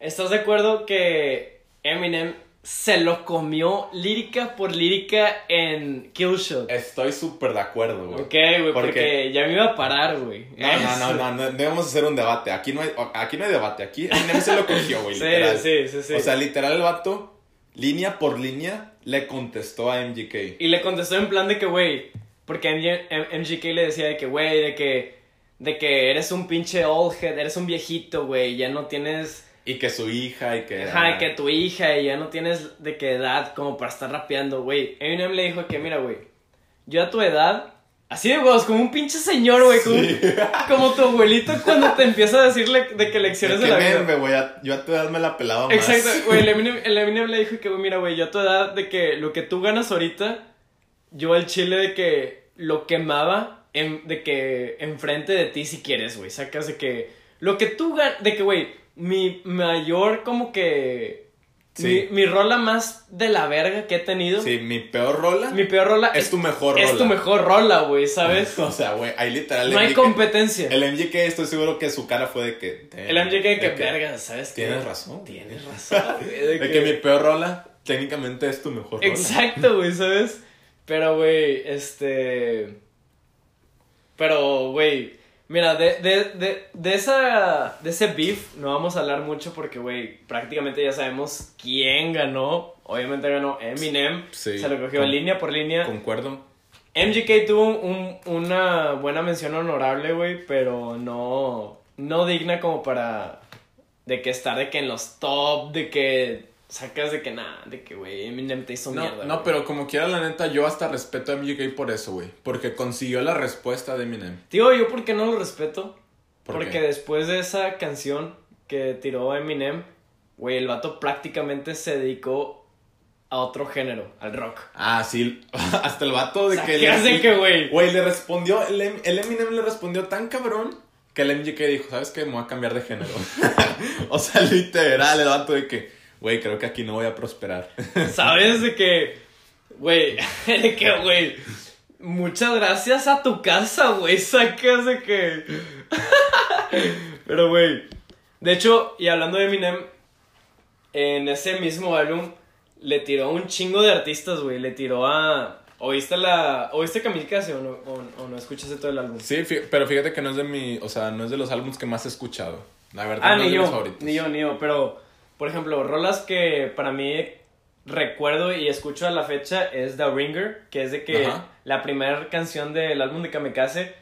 ¿estás de acuerdo que Eminem se lo comió lírica por lírica en Killshot?
Estoy súper de acuerdo, güey.
Ok, güey,
¿Por
porque
qué?
ya me iba a parar, güey.
No, no, no, no, no, no vamos a hacer un debate. Aquí no hay, aquí no hay debate. Aquí Eminem se lo cogió, güey.
Sí,
literal.
sí, sí, sí.
O sea, literal el vato, línea por línea, le contestó a MGK.
Y le contestó en plan de que, güey, porque MJ M- MGK le decía de que, güey, de que, de que eres un pinche old head, eres un viejito, güey, ya no tienes,
Y que su hija y que...
ajá, de que tu hija y ya no tienes de qué edad como para estar rapeando, güey. Eminem le dijo que, mira, güey, yo a tu edad, así de huevos, como un pinche señor, güey, como,
Sí.
como tu abuelito cuando te empieza a decirle de que lecciones de
Que
la vida.
meme, güey, a- yo a tu edad me la pelaba más.
Exacto, güey, el Eminem, el Eminem le dijo que, güey, mira, güey, yo a tu edad, de que lo que tú ganas ahorita, yo al chile de que lo quemaba, en, de que enfrente de ti si quieres, güey, sacas de que lo que tú ganas, de que, güey, mi mayor como que
Sí.
Mi, mi rola más de la verga que he tenido.
Sí, mi peor rola
Mi peor rola
es tu mejor
es
rola.
tu mejor rola, güey, ¿sabes?
O sea, güey, ahí literal.
No hay
MGK
competencia. El,
El MGK, estoy seguro que su cara fue de que.
MJK que, verga, ¿sabes? qué?
Tienes razón.
Tienes razón, güey. de
De que, mi peor rola técnicamente es tu mejor rola.
Exacto, güey, ¿sabes? Pero, güey, este... Pero, güey, mira, de, de, de, de, esa, de ese beef no vamos a hablar mucho porque, güey, prácticamente ya sabemos quién ganó. Obviamente ganó Eminem.
Sí.
Se lo cogió
Con-
línea por línea.
Concuerdo.
MGK tuvo un- una buena mención honorable, güey, pero no, no digna como para de que estar de que en los top, de que sacas de que nada, de que, güey, Eminem te hizo
No,
mierda.
no
güey.
pero como quiera, la neta, yo hasta respeto a MGK por eso, güey. Porque consiguió la respuesta de Eminem.
Tío, ¿yo por qué no lo respeto?
¿Por
Porque
qué?
después de esa canción que tiró Eminem, güey, el vato prácticamente se dedicó a otro género, al rock.
Ah, sí. Hasta el vato
O
de
sea,
que.
¿qué hace que, güey?
Güey, le respondió. El, Em- el Eminem le respondió tan cabrón que el MGK dijo: ¿Sabes qué? Me voy a cambiar de género. o sea, literal, el vato de que. Güey, creo que aquí no voy a prosperar.
¿Sabes? De que, güey, de que, güey, muchas gracias a tu casa, güey, sacas de que... Pero, güey, de hecho, y hablando de Eminem, en ese mismo álbum le tiró a un chingo de artistas, güey, le tiró a... ¿Oíste la... ¿Oíste Kamikaze o no, o, o no escuchaste todo el álbum?
Sí, fí- pero fíjate que no es de mi, o sea, no es de los álbumes que más he escuchado. La verdad,
Ah,
no
ni
es de mis
yo,
favoritos.
ni yo, ni yo, pero, por ejemplo, rolas que para mí recuerdo y escucho a la fecha es The Ringer, que es de que
Ajá.
la primera canción del álbum de Kamikaze,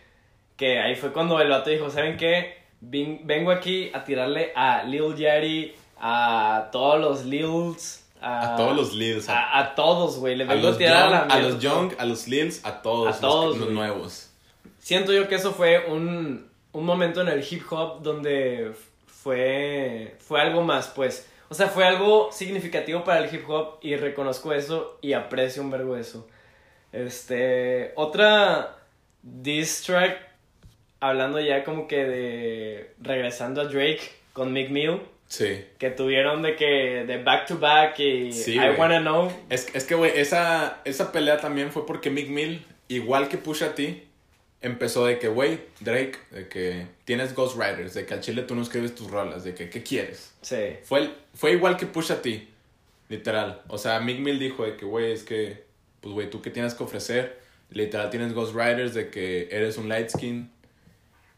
que ahí fue cuando el vato dijo, ¿saben qué? Vin- vengo aquí a tirarle a Lil Yachty, a todos los Lils, a,
A todos los Lils, a,
a, a todos, güey, le
a
vengo a,
los Young,
tirar a la
a,
mierda.
los Young, a los Lils, a todos,
A
los que-
todos,
los,
güey.
nuevos.
Siento yo que eso fue un, un momento en el hip hop donde f- fue, fue algo más, pues. O sea, fue algo significativo para el hip hop y reconozco eso y aprecio un vergo eso. Este, otra diss track, hablando ya como que de regresando a Drake con Mick Mill,
Sí.
que tuvieron de que de back to back y
Sí,
I
güey.
Wanna Know.
Es, es que, güey, esa, esa pelea también fue porque Mick Mill, igual que Pusha T, empezó de que, güey, Drake, de que tienes Ghost Riders, de que al chile tú no escribes tus rolas, de que, ¿qué quieres?
Sí.
Fue, el- fue igual que Pusha T, literal. O sea, Mick Mill dijo de que, güey, es que, pues, güey, tú qué tienes que ofrecer. Literal, tienes Ghost Riders de que eres un light skin.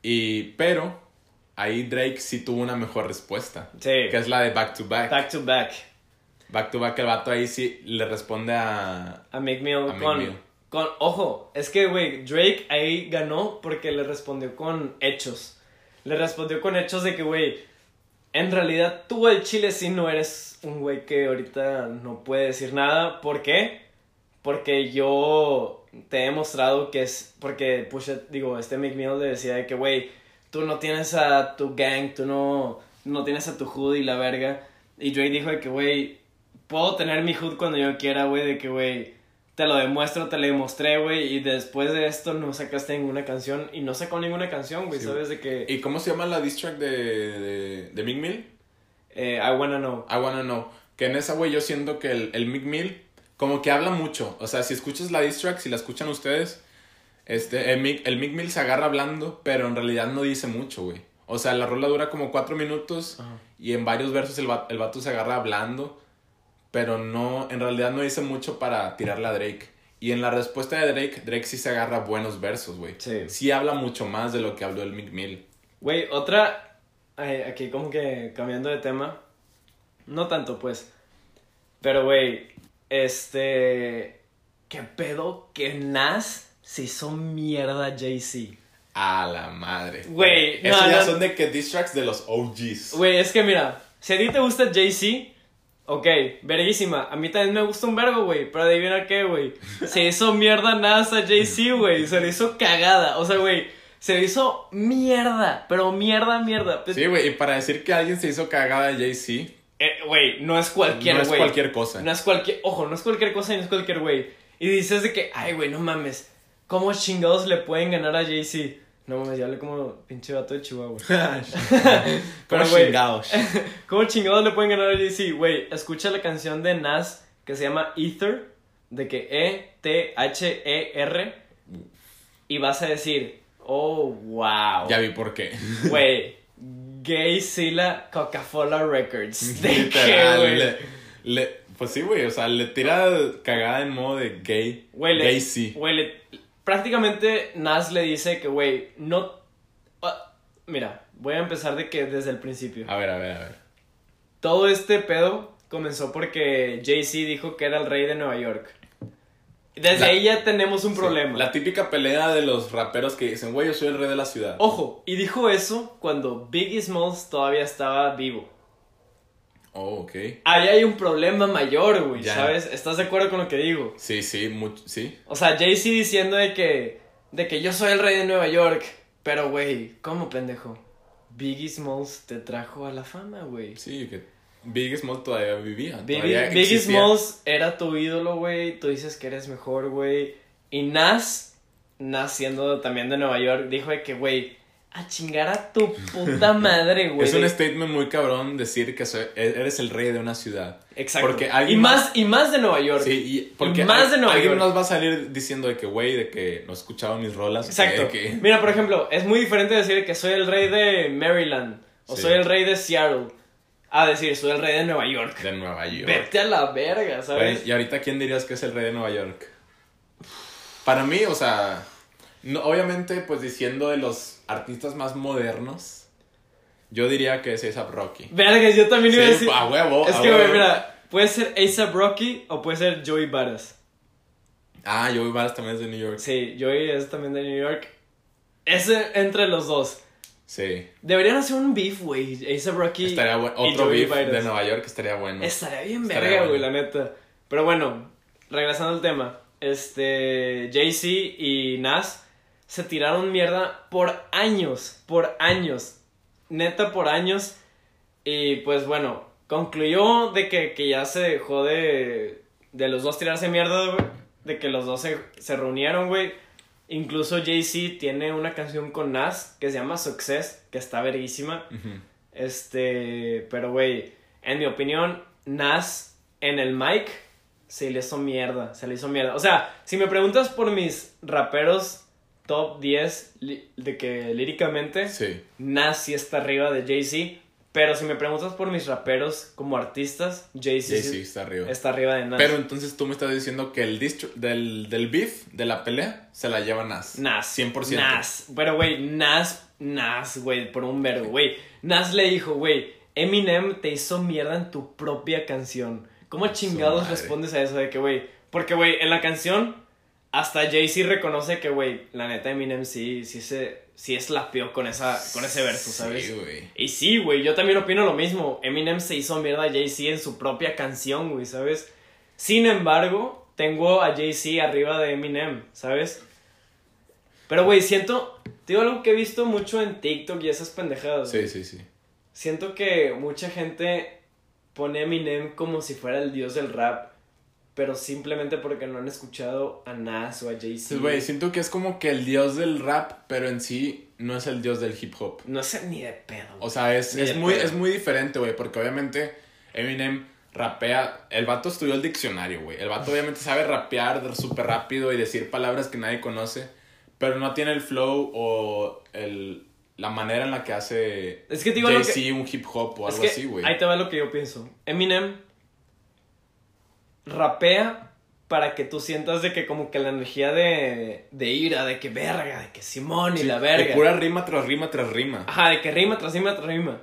Y, pero, ahí Drake sí tuvo una mejor respuesta.
Sí.
Que es la de Back to Back.
Back to back.
Back to Back, el vato ahí sí le responde a...
A Meek Mill
A Meek
con,
Mill.
con. Ojo, es que, güey, Drake ahí ganó porque le respondió con hechos. Le respondió con hechos de que, güey, en realidad tú el chile sí no eres un güey que ahorita no puede decir nada. ¿Por qué? Porque yo te he mostrado que es. Porque, Pusha, digo, este Meek Mill le decía de que, güey, tú no tienes a tu gang, tú no, no tienes a tu hood y la verga. Y Drake dijo de que, güey, puedo tener mi hood cuando yo quiera, güey, de que, güey, te lo demuestro, te lo demostré, güey, y después de esto no sacaste ninguna canción, y no sacó ninguna canción, güey,
Sí,
¿sabes? De que,
¿Y cómo se llama la diss track de, de, de Mick Mill?
eh, I wanna know.
I wanna know. Que en esa, güey, yo siento que el, el Mick Mill como que habla mucho. O sea, si escuchas la diss track, si la escuchan ustedes, este, el Mick, el Mick Mill se agarra hablando, pero en realidad no dice mucho, güey. O sea, la rola dura como cuatro minutos y en varios versos el, va- el vato se agarra hablando, pero no, en realidad no dice mucho para tirarle a Drake. Y en la respuesta de Drake, Drake sí se agarra buenos versos, güey.
Sí.
Sí habla mucho más de lo que habló el Mick Mill.
Güey, otra, ay, aquí como que cambiando de tema, no tanto, pues, pero, güey, este, qué pedo que Nas se hizo mierda a Jay-Z.
A la madre.
Güey,
Eso
no,
ya
no.
son de que diss tracks de los OGs.
Güey, es que mira, si a ti te gusta Jay-Z, ok, verguísima. A mí también me gusta un vergo, güey. Pero adivina qué, güey. Se hizo mierda NASA Jay-Z, güey. Se le hizo cagada. O sea, güey, se le hizo mierda. Pero mierda, mierda. Pues,
Sí, güey, y para decir que alguien se hizo cagada de Jay-Z,
eh, Güey, no es
no
cualquier,
es
güey.
cualquier cosa.
No es cualquier, ojo, no es cualquier cosa y no es cualquier güey. Y dices de que, ay, güey, no mames, ¿cómo chingados le pueden ganar a Jay-Z? No mames, yo hablé como pinche vato de Chihuahua.
Pero
Pero, güey.
chingados.
¿Cómo chingados le pueden ganar a DC? Güey, escucha la canción de Nas que se llama Ether, de que E E-T-H-E-R, E y vas a decir, oh, wow.
Ya vi por qué.
Güey, Gay Sila Coca-Cola Records. ¿De qué,
Literal,
güey?
le- le- pues sí, güey, o sea, le tira cagada en modo de gay.
Güey, le-
gay sí.
güey, le- prácticamente Nas le dice que, güey, no... ah, mira, voy a empezar de que desde el principio.
A ver, a ver, a ver.
Todo este pedo comenzó porque Jay-Z dijo que era el rey de Nueva York. Desde
La-
ahí ya tenemos un problema.
La típica pelea de los raperos que dicen, güey, yo soy el rey de la ciudad.
Ojo, y dijo eso cuando Biggie Smalls todavía estaba vivo.
Oh, ok.
Ahí hay un problema mayor, güey,
Ya.
¿sabes? ¿Estás de acuerdo con lo que digo?
Sí, sí, much- sí.
O sea, Jay-Z diciendo de que, de que yo soy el rey de Nueva York. Pero, güey, ¿cómo, pendejo? Biggie Smalls te trajo a la fama, güey.
Sí, que Big Smalls todavía vivía.
Biggie,
todavía
Biggie
existía.
Smalls era tu ídolo, güey. Tú dices que eres mejor, güey. Y Nas, Nas siendo también de Nueva York, dijo de que, güey, a chingar a tu puta madre, güey.
Es un statement muy cabrón decir que soy- e-, eres el rey de una ciudad.
Exacto.
porque
y
alguien
más, y más de Nueva York.
Sí, y porque
más de Nueva
alguien
York.
nos va a salir diciendo de que, güey, de que no escuchaba mis rolas.
Exacto.
De que,
Mira, por ejemplo, es muy diferente decir que soy el rey de Maryland o
Sí.
soy el rey de Seattle a decir soy el rey de Nueva York.
de Nueva York. Pues,
Vete a la verga, ¿sabes?
Güey, ¿Y ahorita quién dirías que es el rey de Nueva York? Para mí, o sea, no, obviamente, pues diciendo de los artistas más modernos, yo diría que es A$AP Rocky.
Verga, yo también iba a
Sí,
decir.
a huevo,
es
a
que, güey,
huevo.
mira, puede ser ASAP Rocky o puede ser Joey Badass.
Ah, Joey Varas también es de New York.
Sí, Joey es también de New York. Es eh, entre los dos.
Sí.
Deberían hacer un beef, güey. ASAP Rocky.
Estaría bueno.
y
Otro
Joey
beef
Badass.
de Nueva York estaría bueno.
Estaría bien
Estaría
verga, güey,
bueno.
la neta. Pero bueno, regresando al tema. Este, Jay-Z y Nas se tiraron mierda por años, por años. Neta, por años. Y pues bueno, concluyó de que, que ya se dejó de, de los dos tirarse mierda, güey. De que los dos se, se reunieron, güey. Incluso Jay-Z tiene una canción con Nas que se llama Success, que está verguísima.
Ujú.
Este, pero güey, en mi opinión, Nas en el mic se le hizo mierda, se le hizo mierda. O sea, si me preguntas por mis raperos top 10 li- de que líricamente
Sí.
Nas sí está arriba de Jay-Z, pero si me preguntas por mis raperos como artistas, Jay-Z
Jay-Z
sí
está arriba.
está arriba de Nas.
Pero entonces tú me estás diciendo que el distro- del, del beef, de la pelea, se la lleva Nas.
Nas.
100%.
Nas. Pero, güey, Nas, Nas, güey, por un verbo, güey. Nas le dijo, güey, Eminem te hizo mierda en tu propia canción. ¿Cómo chingados
madre.
respondes a eso de que, güey? Porque, güey, en la canción, hasta Jay-Z reconoce que, güey, la neta Eminem sí, sí se, sí es lapió con, esa, con ese verso, ¿sabes?
Sí, güey.
Y sí, güey, yo también opino lo mismo. Eminem se hizo mierda a Jay-Z en su propia canción, güey, ¿sabes? Sin embargo, tengo a Jay-Z arriba de Eminem, ¿sabes? Pero, güey, siento. Te digo algo que he visto mucho en TikTok y esas pendejadas. güey.
Sí, sí, sí.
Siento que mucha gente pone a Eminem como si fuera el dios del rap. Pero simplemente porque no han escuchado a Nas o a Jay-Z.
Entonces, Pues, güey, siento que es como que el dios del rap, pero en sí no es el dios del hip hop.
No sé ni de pedo.
O sea, es,
Ni
es
de
muy,
pedo.
es muy diferente, güey, porque obviamente Eminem rapea. El vato estudió el diccionario, güey. El vato obviamente sabe rapear súper rápido y decir palabras que nadie conoce, pero no tiene el flow o el, la manera en la que hace
es que te digo algo que.
Jay-Z un hip hop o
Es
algo
que
así, güey.
Ahí te va lo que yo pienso. Eminem rapea para que tú sientas de que como que la energía de, de ira, de que verga, de que Simón y la
De
verga.
pura rima tras rima tras rima.
Ajá, de que rima tras rima tras rima.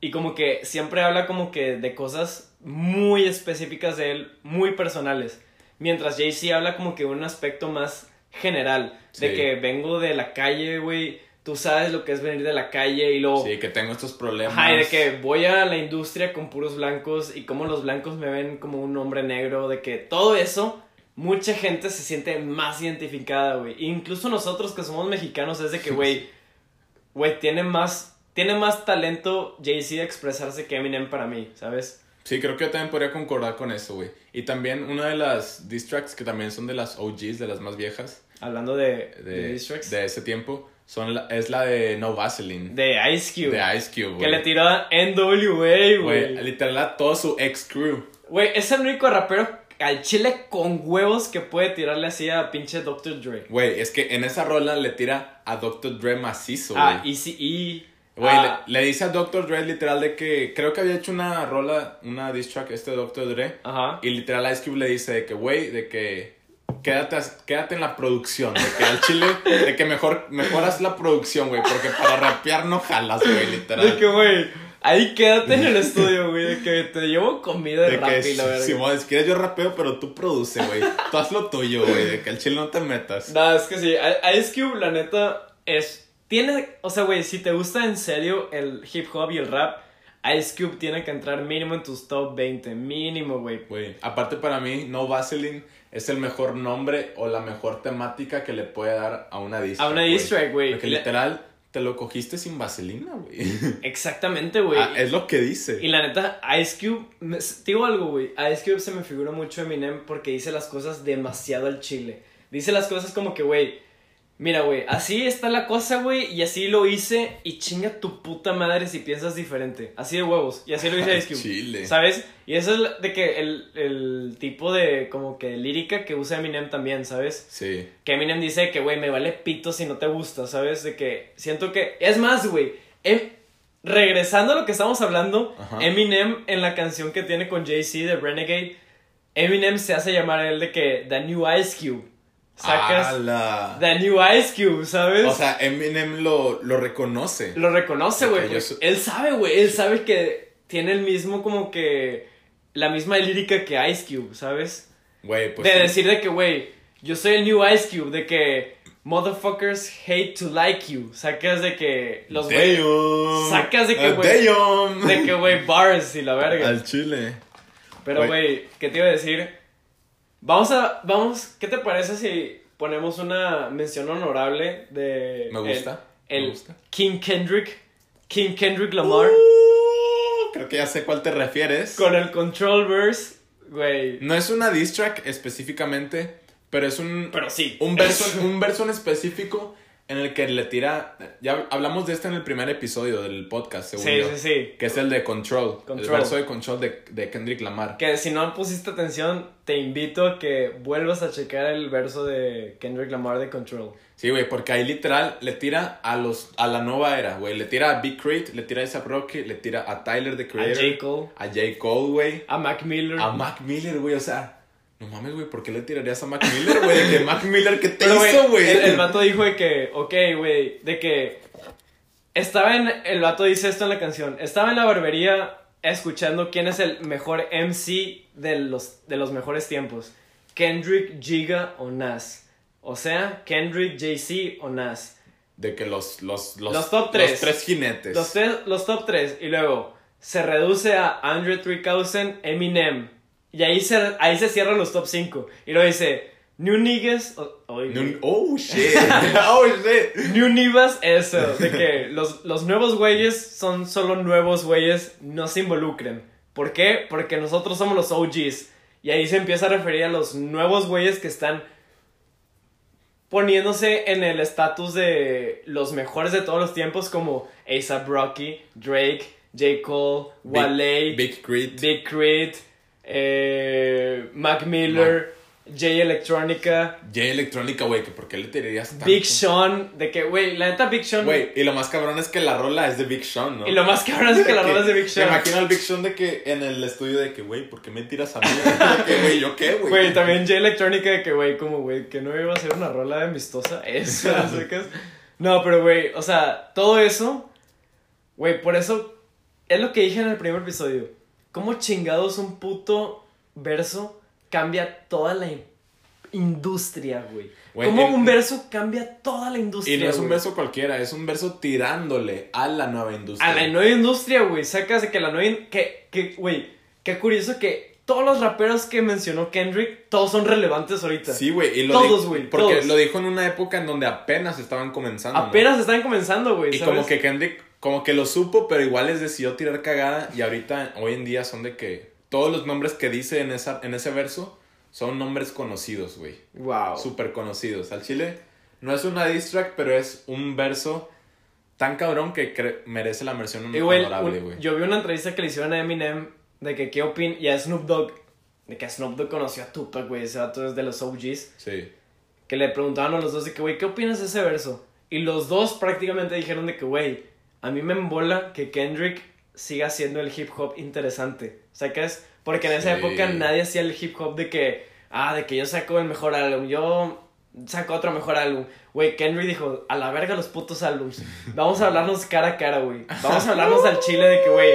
Y como que siempre habla como que de cosas muy específicas de él, muy personales. Mientras Jay-Z habla como que un aspecto más general. De
Sí.
que vengo de la calle, güey. Tú sabes lo que es venir de la calle y luego...
Sí, que tengo estos problemas.
Ajá, y de que voy a la industria con puros blancos y como los blancos me ven como un hombre negro, de que todo eso, mucha gente se siente más identificada, güey. Incluso nosotros que somos mexicanos es de que, güey, güey, tiene más, tiene más talento Jay-Z de expresarse que Eminem para mí, ¿sabes?
Sí, creo que yo también podría concordar con eso, güey. Y también una de las diss tracks que también son de las OGs, de las más viejas,
Hablando de,
de,
de, diss tracks,
de ese tiempo, son la- es la de No Vaseline.
de Ice Cube.
De Ice Cube, güey.
que le tiró a NWA,
Güey,
güey.
literal a todo su ex crew.
Güey, es el único rapero al chile con huevos que puede tirarle así a pinche Dr. Dre.
Güey, es que en esa rola le tira a Dr. Dre macizo, güey.
Ah, Easy E.
Güey,
ah,
le, le dice a Dr. Dre literal de que creo que había hecho una rola, una diss track este de Dr. Dre.
Ajá.
Y literal Ice Cube le dice de que, güey, de que quédate, as- quédate en la producción, de que al chile, de que mejor, mejoras la producción, güey, porque para rapear no jalas, güey,
De que,
literal.
güey, ahí quédate en el estudio, güey. De que te llevo comida de,
De
rap y la
que,
verga.
Simón, si quieres yo rapeo, pero tú produce, güey. Tú haz lo tuyo, güey, de que al chile no te metas.
Nah, es que sí, I- Ice Cube, la neta, es. Tiene. O sea, güey, si te gusta en serio el hip hop y el rap, Ice Cube tiene que entrar mínimo en tus top 20. Mínimo, güey.
Güey, aparte para mí, No Vaseline es el mejor nombre o la mejor temática que le puede dar a una diss
A una
track,
diss track, güey.
Porque
Le-
literal, te lo cogiste sin vaselina, güey.
Exactamente, güey.
Ah, es lo que dice.
Y la neta, Ice Cube, me- te digo algo, güey. Ice Cube se me figura mucho Eminem porque dice las cosas demasiado al chile. Dice las cosas como que, güey, mira, güey, así está la cosa, güey, y así lo hice, y chinga tu puta madre si piensas diferente. Así de huevos, y así lo dice
Al
Ice Cube.
chile.
¿Sabes? Y eso es la- de que el, el tipo de, como que, lírica que usa Eminem también, ¿sabes?
Sí.
Que Eminem dice que, güey, me vale pito si no te gusta, ¿sabes? De que siento que... Es más, güey, em- regresando a lo que estamos hablando,
Ajá.
Eminem en la canción que tiene con Jay-Z de Renegade, Eminem se hace llamar a él de que The New Ice Cube. Sacas
¡Hala!
The New Ice Cube, ¿sabes?
Ah, O sea, Eminem lo, lo reconoce.
lo reconoce,
Ok,
güey.
yo
porque
so-
Él sabe, güey, él sabe que tiene el mismo como que... La misma lírica que Ice Cube, ¿sabes?
Güey, pues.
de
sí.
decir de que, güey, yo soy el new Ice Cube, de que motherfuckers hate to like you. Sacas de que los güey.
Damn.
Sacas de que,
Ah,
güey-
damn.
De que, güey, bars y la verga.
Al chile.
Pero,
güey.
güey, ¿qué te iba a decir? Vamos a, vamos, ¿qué te parece si ponemos una mención honorable de...
Me gusta,
El,
me
el
gusta.
King Kendrick, King Kendrick Lamar,
Uh, creo que ya sé cuál te refieres.
con el Control Verse, güey.
No es una diss track específicamente, pero es un,
Pero sí.
un, verso, un verso en específico en el que le tira. Ya hablamos de este en el primer episodio del podcast, según
Sí,
yo,
sí, sí.
Que es el de Control. El
Control.
verso de Control de, de Kendrick Lamar.
Que si no pusiste atención, te invito a que vuelvas a checar el verso de Kendrick Lamar de Control.
Sí, güey, porque ahí literal le tira a los a la nueva era, güey. Le tira a Big Crit, le tira a Isaac Rocky, le tira a Tyler the
A J.
Creator,
Cole,
a J. Cole, güey.
a Mac Miller.
A Mac Miller, güey, o sea, no mames, güey, ¿por qué le tirarías a Mac Miller, güey? De que Mac Miller, ¿qué te
Pero, güey,
hizo, güey?
El, el vato dijo de que, ok, güey, de que estaba en. El vato dice esto en la canción: estaba en la barbería escuchando quién es el mejor MC de los, de los mejores tiempos: Kendrick, Giga o Nas. O sea, Kendrick, Jay-Z o Nas.
De que los, los, los,
Los top tres.
Los tres jinetes.
Los, tres- los top 3 y luego se reduce a Andre 3000, Eminem. Y ahí se, ahí se cierran los top 5. Y luego dice New Niggas. o- oye,
Nun- oh, shit. oh, shit.
New Nivas, eso. De que los, los nuevos güeyes son solo nuevos güeyes, no se involucren. ¿Por qué? Porque nosotros somos los OGs. Y ahí se empieza a referir a los nuevos güeyes que están poniéndose en el estatus de los mejores de todos los tiempos, como ASAP Rocky, Drake, J. Cole,
Big-
Wale,
Big Crit.
Big Crit, eh, Mac Miller, J. Electronica.
J Electrónica, güey, que por qué le tirarías tanto.
Big Sean, de que, güey, la neta Big Sean.
Güey, y lo más cabrón es que la rola es de Big Sean, ¿no?
Y lo más cabrón es que la rola es de Big
Me
Sean.
imagino al Big Sean de que en el estudio de que, güey, ¿por qué me tiras a mí? De que, güey, ¿yo qué, güey?
Güey, también J Electronica de que, güey, como, güey, que no iba a ser una rola de amistosa. Eso, ¿sacas? No, pero, güey, o sea, todo eso, güey, por eso es lo que dije en el primer episodio. ¿Cómo chingados un puto verso cambia toda la in- industria, güey?
Güey,
¿Cómo
el-
un verso cambia toda la industria?
Y no es un
güey?
verso cualquiera, es un verso tirándole a la nueva industria.
A la nueva industria, güey. Sacas de que la nueva. in- Que, que, güey. Qué curioso que todos los raperos que mencionó Kendrick, todos son relevantes ahorita.
Sí, güey. y lo
Todos,
di-
güey,
Porque
todos.
lo dijo en una época en donde apenas estaban comenzando. ¿no?
Apenas están comenzando, güey.
Y
¿sabes?
como que Kendrick, como que lo supo, pero igual les decidió tirar cagada. Y ahorita, hoy en día, son de que todos los nombres que dice en, esa, en ese verso son nombres conocidos, güey.
Wow.
Súper conocidos. Al chile no es una diss track, pero es un verso tan cabrón que cre- merece la mención
Y, güey,
honorable,
un-
güey.
yo vi una entrevista que le hicieron a Eminem de que qué opin y a Snoop Dogg, de que Snoop Dogg conoció a Tupac, güey, ese vato es de los OGs,
Sí.
que le preguntaban a los dos de que, güey, ¿qué opinas de ese verso? Y los dos prácticamente dijeron de que, güey, a mí me embola que Kendrick siga siendo el hip hop interesante. O sea, que es porque en esa
Sí.
época nadie hacía el hip hop de que, ah, de que yo saco el mejor álbum, yo saco otro mejor álbum. Güey, Kendrick dijo, a la verga los putos álbums. Vamos a hablarnos cara a cara, güey. Vamos a hablarnos al chile de que, güey,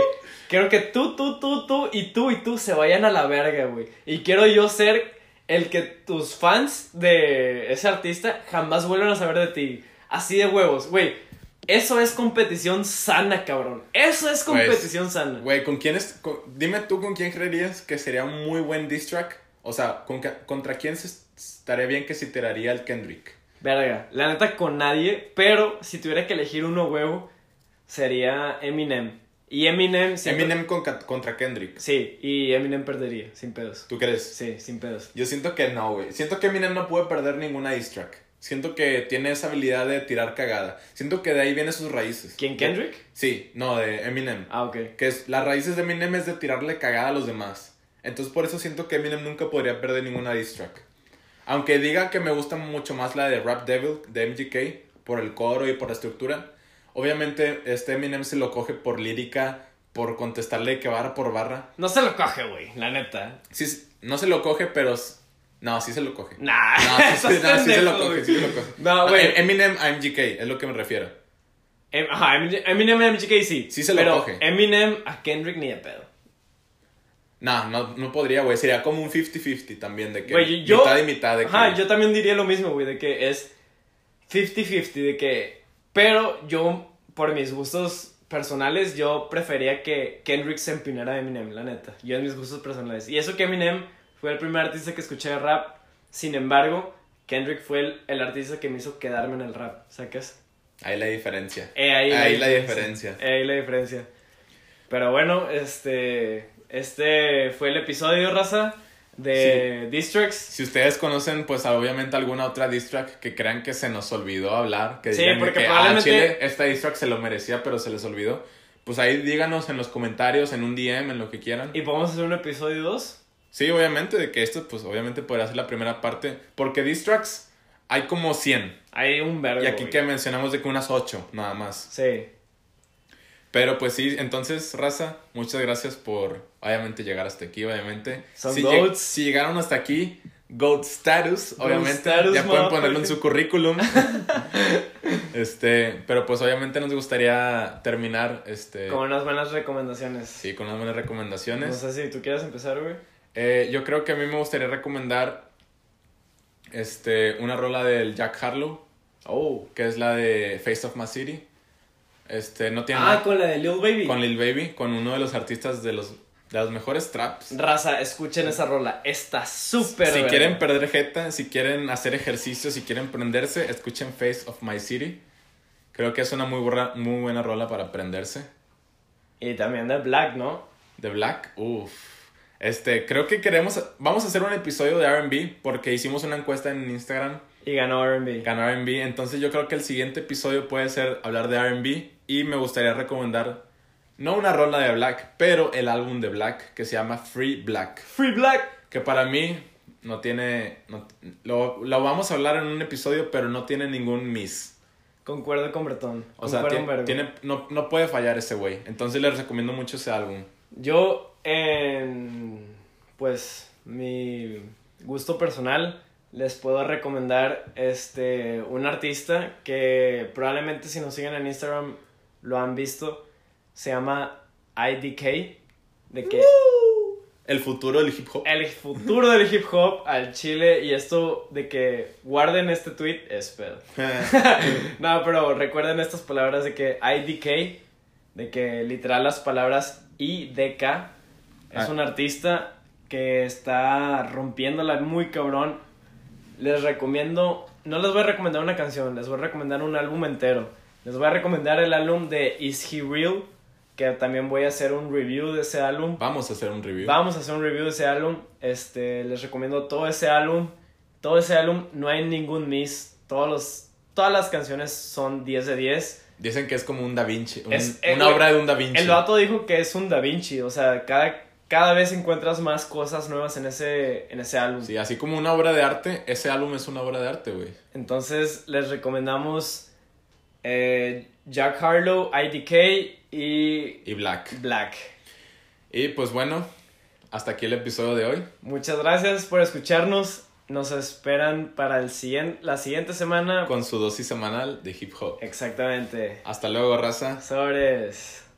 quiero que tú, tú, tú, tú y tú y tú se vayan a la verga, güey. Y quiero yo ser el que tus fans de ese artista jamás vuelvan a saber de ti. Así de huevos, güey. Eso es competición sana, cabrón. Eso es
Pues,
competición sana.
Güey, ¿con quién es, con- dime tú con quién creerías que sería un muy buen diss track? O sea, ¿con ca- ¿contra quién se estaría bien que se tiraría el Kendrick?
Verga, la neta con nadie, pero si tuviera que elegir uno huevo, sería Eminem. Y Eminem, siento-
Eminem con ca- contra Kendrick.
Sí, y Eminem perdería, sin pedos.
¿Tú crees?
Sí, sin pedos.
Yo siento que no, güey. Siento que Eminem no puede perder ninguna diss track. Siento que tiene esa habilidad de tirar cagada. Siento que de ahí vienen sus raíces.
¿Quién, Kendrick?
Sí, no, de Eminem.
Ah, ok.
Que es, las raíces de Eminem es de tirarle cagada a los demás. Entonces por eso siento que Eminem nunca podría perder ninguna diss track. Aunque diga que me gusta mucho más la de Rap Devil de MGK por el coro y por la estructura. Obviamente este Eminem se lo coge por lírica, por contestarle que barra por barra.
No se lo coge, güey, la neta.
Sí, s- no se lo coge, pero... s- No, sí se lo coge. No,
Nah,
sí,
estás
sí, no, sí se lo
pendejo,
coge,
güey.
sí se lo coge. Ah, em,
No, güey.
Eminem a MGK, es lo que me refiero.
Em- Ajá, Eminem, Eminem a MGK sí.
Sí se lo
pero
coge.
Eminem a Kendrick ni de pedo.
No, no, no podría, güey. Sería como un 50-50 también de que...
Güey, yo-
mitad y mitad de que...
Ajá, yo también diría lo mismo, güey, de que es 50-50, de que... Pero yo, por mis gustos personales, yo prefería que Kendrick se empinara a Eminem, la neta. Yo en mis gustos personales. Y eso que Eminem fue el primer artista que escuché de rap. Sin embargo, Kendrick fue el, el artista que me hizo quedarme en el rap, ¿sacas?
Ahí la diferencia.
Eh, ahí,
Ahí la diferencia.
Eh, ahí la diferencia. Pero bueno, este... Este fue el episodio, raza, de Diss Tracks.
Si ustedes conocen, pues obviamente alguna otra diss track que crean que se nos olvidó hablar, que
Sí,
digan de
porque
que, ah,
probablemente-
Chile, esta diss track se lo merecía, pero se les olvidó. Pues ahí díganos en los comentarios, en un DM, en lo que quieran.
Y podemos hacer un episodio 2.
Sí, obviamente, de que esto, pues obviamente podría ser la primera parte, porque diss tracks hay como 100.
Hay un verbo.
Y aquí que Eh. mencionamos de que unas 8, nada más.
Sí.
Pero pues sí, entonces, Raza, muchas gracias por obviamente llegar hasta aquí, obviamente.
Son
si,
goats.
si llegaron hasta aquí, GOAT status,
Goat
obviamente.
status,
ya pueden
motherfucker.
ponerlo en su currículum. este, pero pues obviamente nos gustaría terminar este
Con unas buenas recomendaciones.
sí, con unas buenas
No
recomendaciones.
sé si tú quieres empezar, güey.
Eh, yo creo que a mí me gustaría recomendar este una rola del Jack Harlow,
Oh.
que es la de Face of My City. Este, no tiene nada-
Ah, con la de Lil Baby.
con Lil Baby, con uno de los artistas de los, de los mejores traps.
Raza, escuchen esa rola. Está súper
si
verga.
quieren perder jeta, si quieren hacer ejercicio, si quieren prenderse, escuchen Face of My City. Creo que es una muy, burra- muy buena rola para prenderse.
Y también de Black, ¿no?
The Black, uff. Este, creo que queremos, vamos a hacer un episodio de R&B porque hicimos una encuesta en Instagram,
Y ganó RB.
ganó R&B, entonces yo creo que el siguiente episodio puede ser hablar de R&B y me gustaría recomendar, no una rola de Black, pero el álbum de Black que se llama Free Black.
Free Black.
que para mí no tiene no- lo, lo vamos a hablar en un episodio pero no tiene ningún miss
Concuerdo con Bretón.
o sea
Concuerdo
tie-
un vergo.
tiene, no, no puede fallar ese güey entonces les recomiendo mucho ese álbum
Yo, en. Pues, mi gusto personal, les puedo recomendar este, un artista que probablemente si nos siguen en Instagram lo han visto. Se llama IDK. De que
el futuro del hip hop
el futuro del hip hop al chile y esto de que guarden este tweet es pedo. No, pero recuerden estas palabras de que IDK, de que literal las palabras IDK
Ah.
es un artista que está rompiéndola muy cabrón. Les recomiendo, no les voy a recomendar una canción, les voy a recomendar un álbum entero. Les voy a recomendar el álbum de Is He Real que también voy a hacer un review de ese álbum.
Vamos a hacer un review.
Vamos a hacer un review de ese álbum. Este, les recomiendo todo ese álbum. Todo ese álbum, no hay ningún miss. Todos los, todas las canciones son 10 de 10.
Dicen que es como un Da Vinci, un-
Es- eh,
una
güey,
obra de un Da Vinci.
El vato dijo que es un Da Vinci. O sea, cada, cada vez encuentras más cosas nuevas en ese, en ese álbum.
Sí, así como una obra de arte, ese álbum es una obra de arte, güey.
Entonces les recomendamos eh, Jack Harlow, IDK y
Y Black.
Black.
Y pues bueno, hasta aquí el episodio de hoy.
Muchas gracias por escucharnos. Nos esperan para el siguiente, la siguiente semana. Eh.
Con su dosis semanal de hip hop.
Exactamente.
Hasta luego, raza.
Sobres.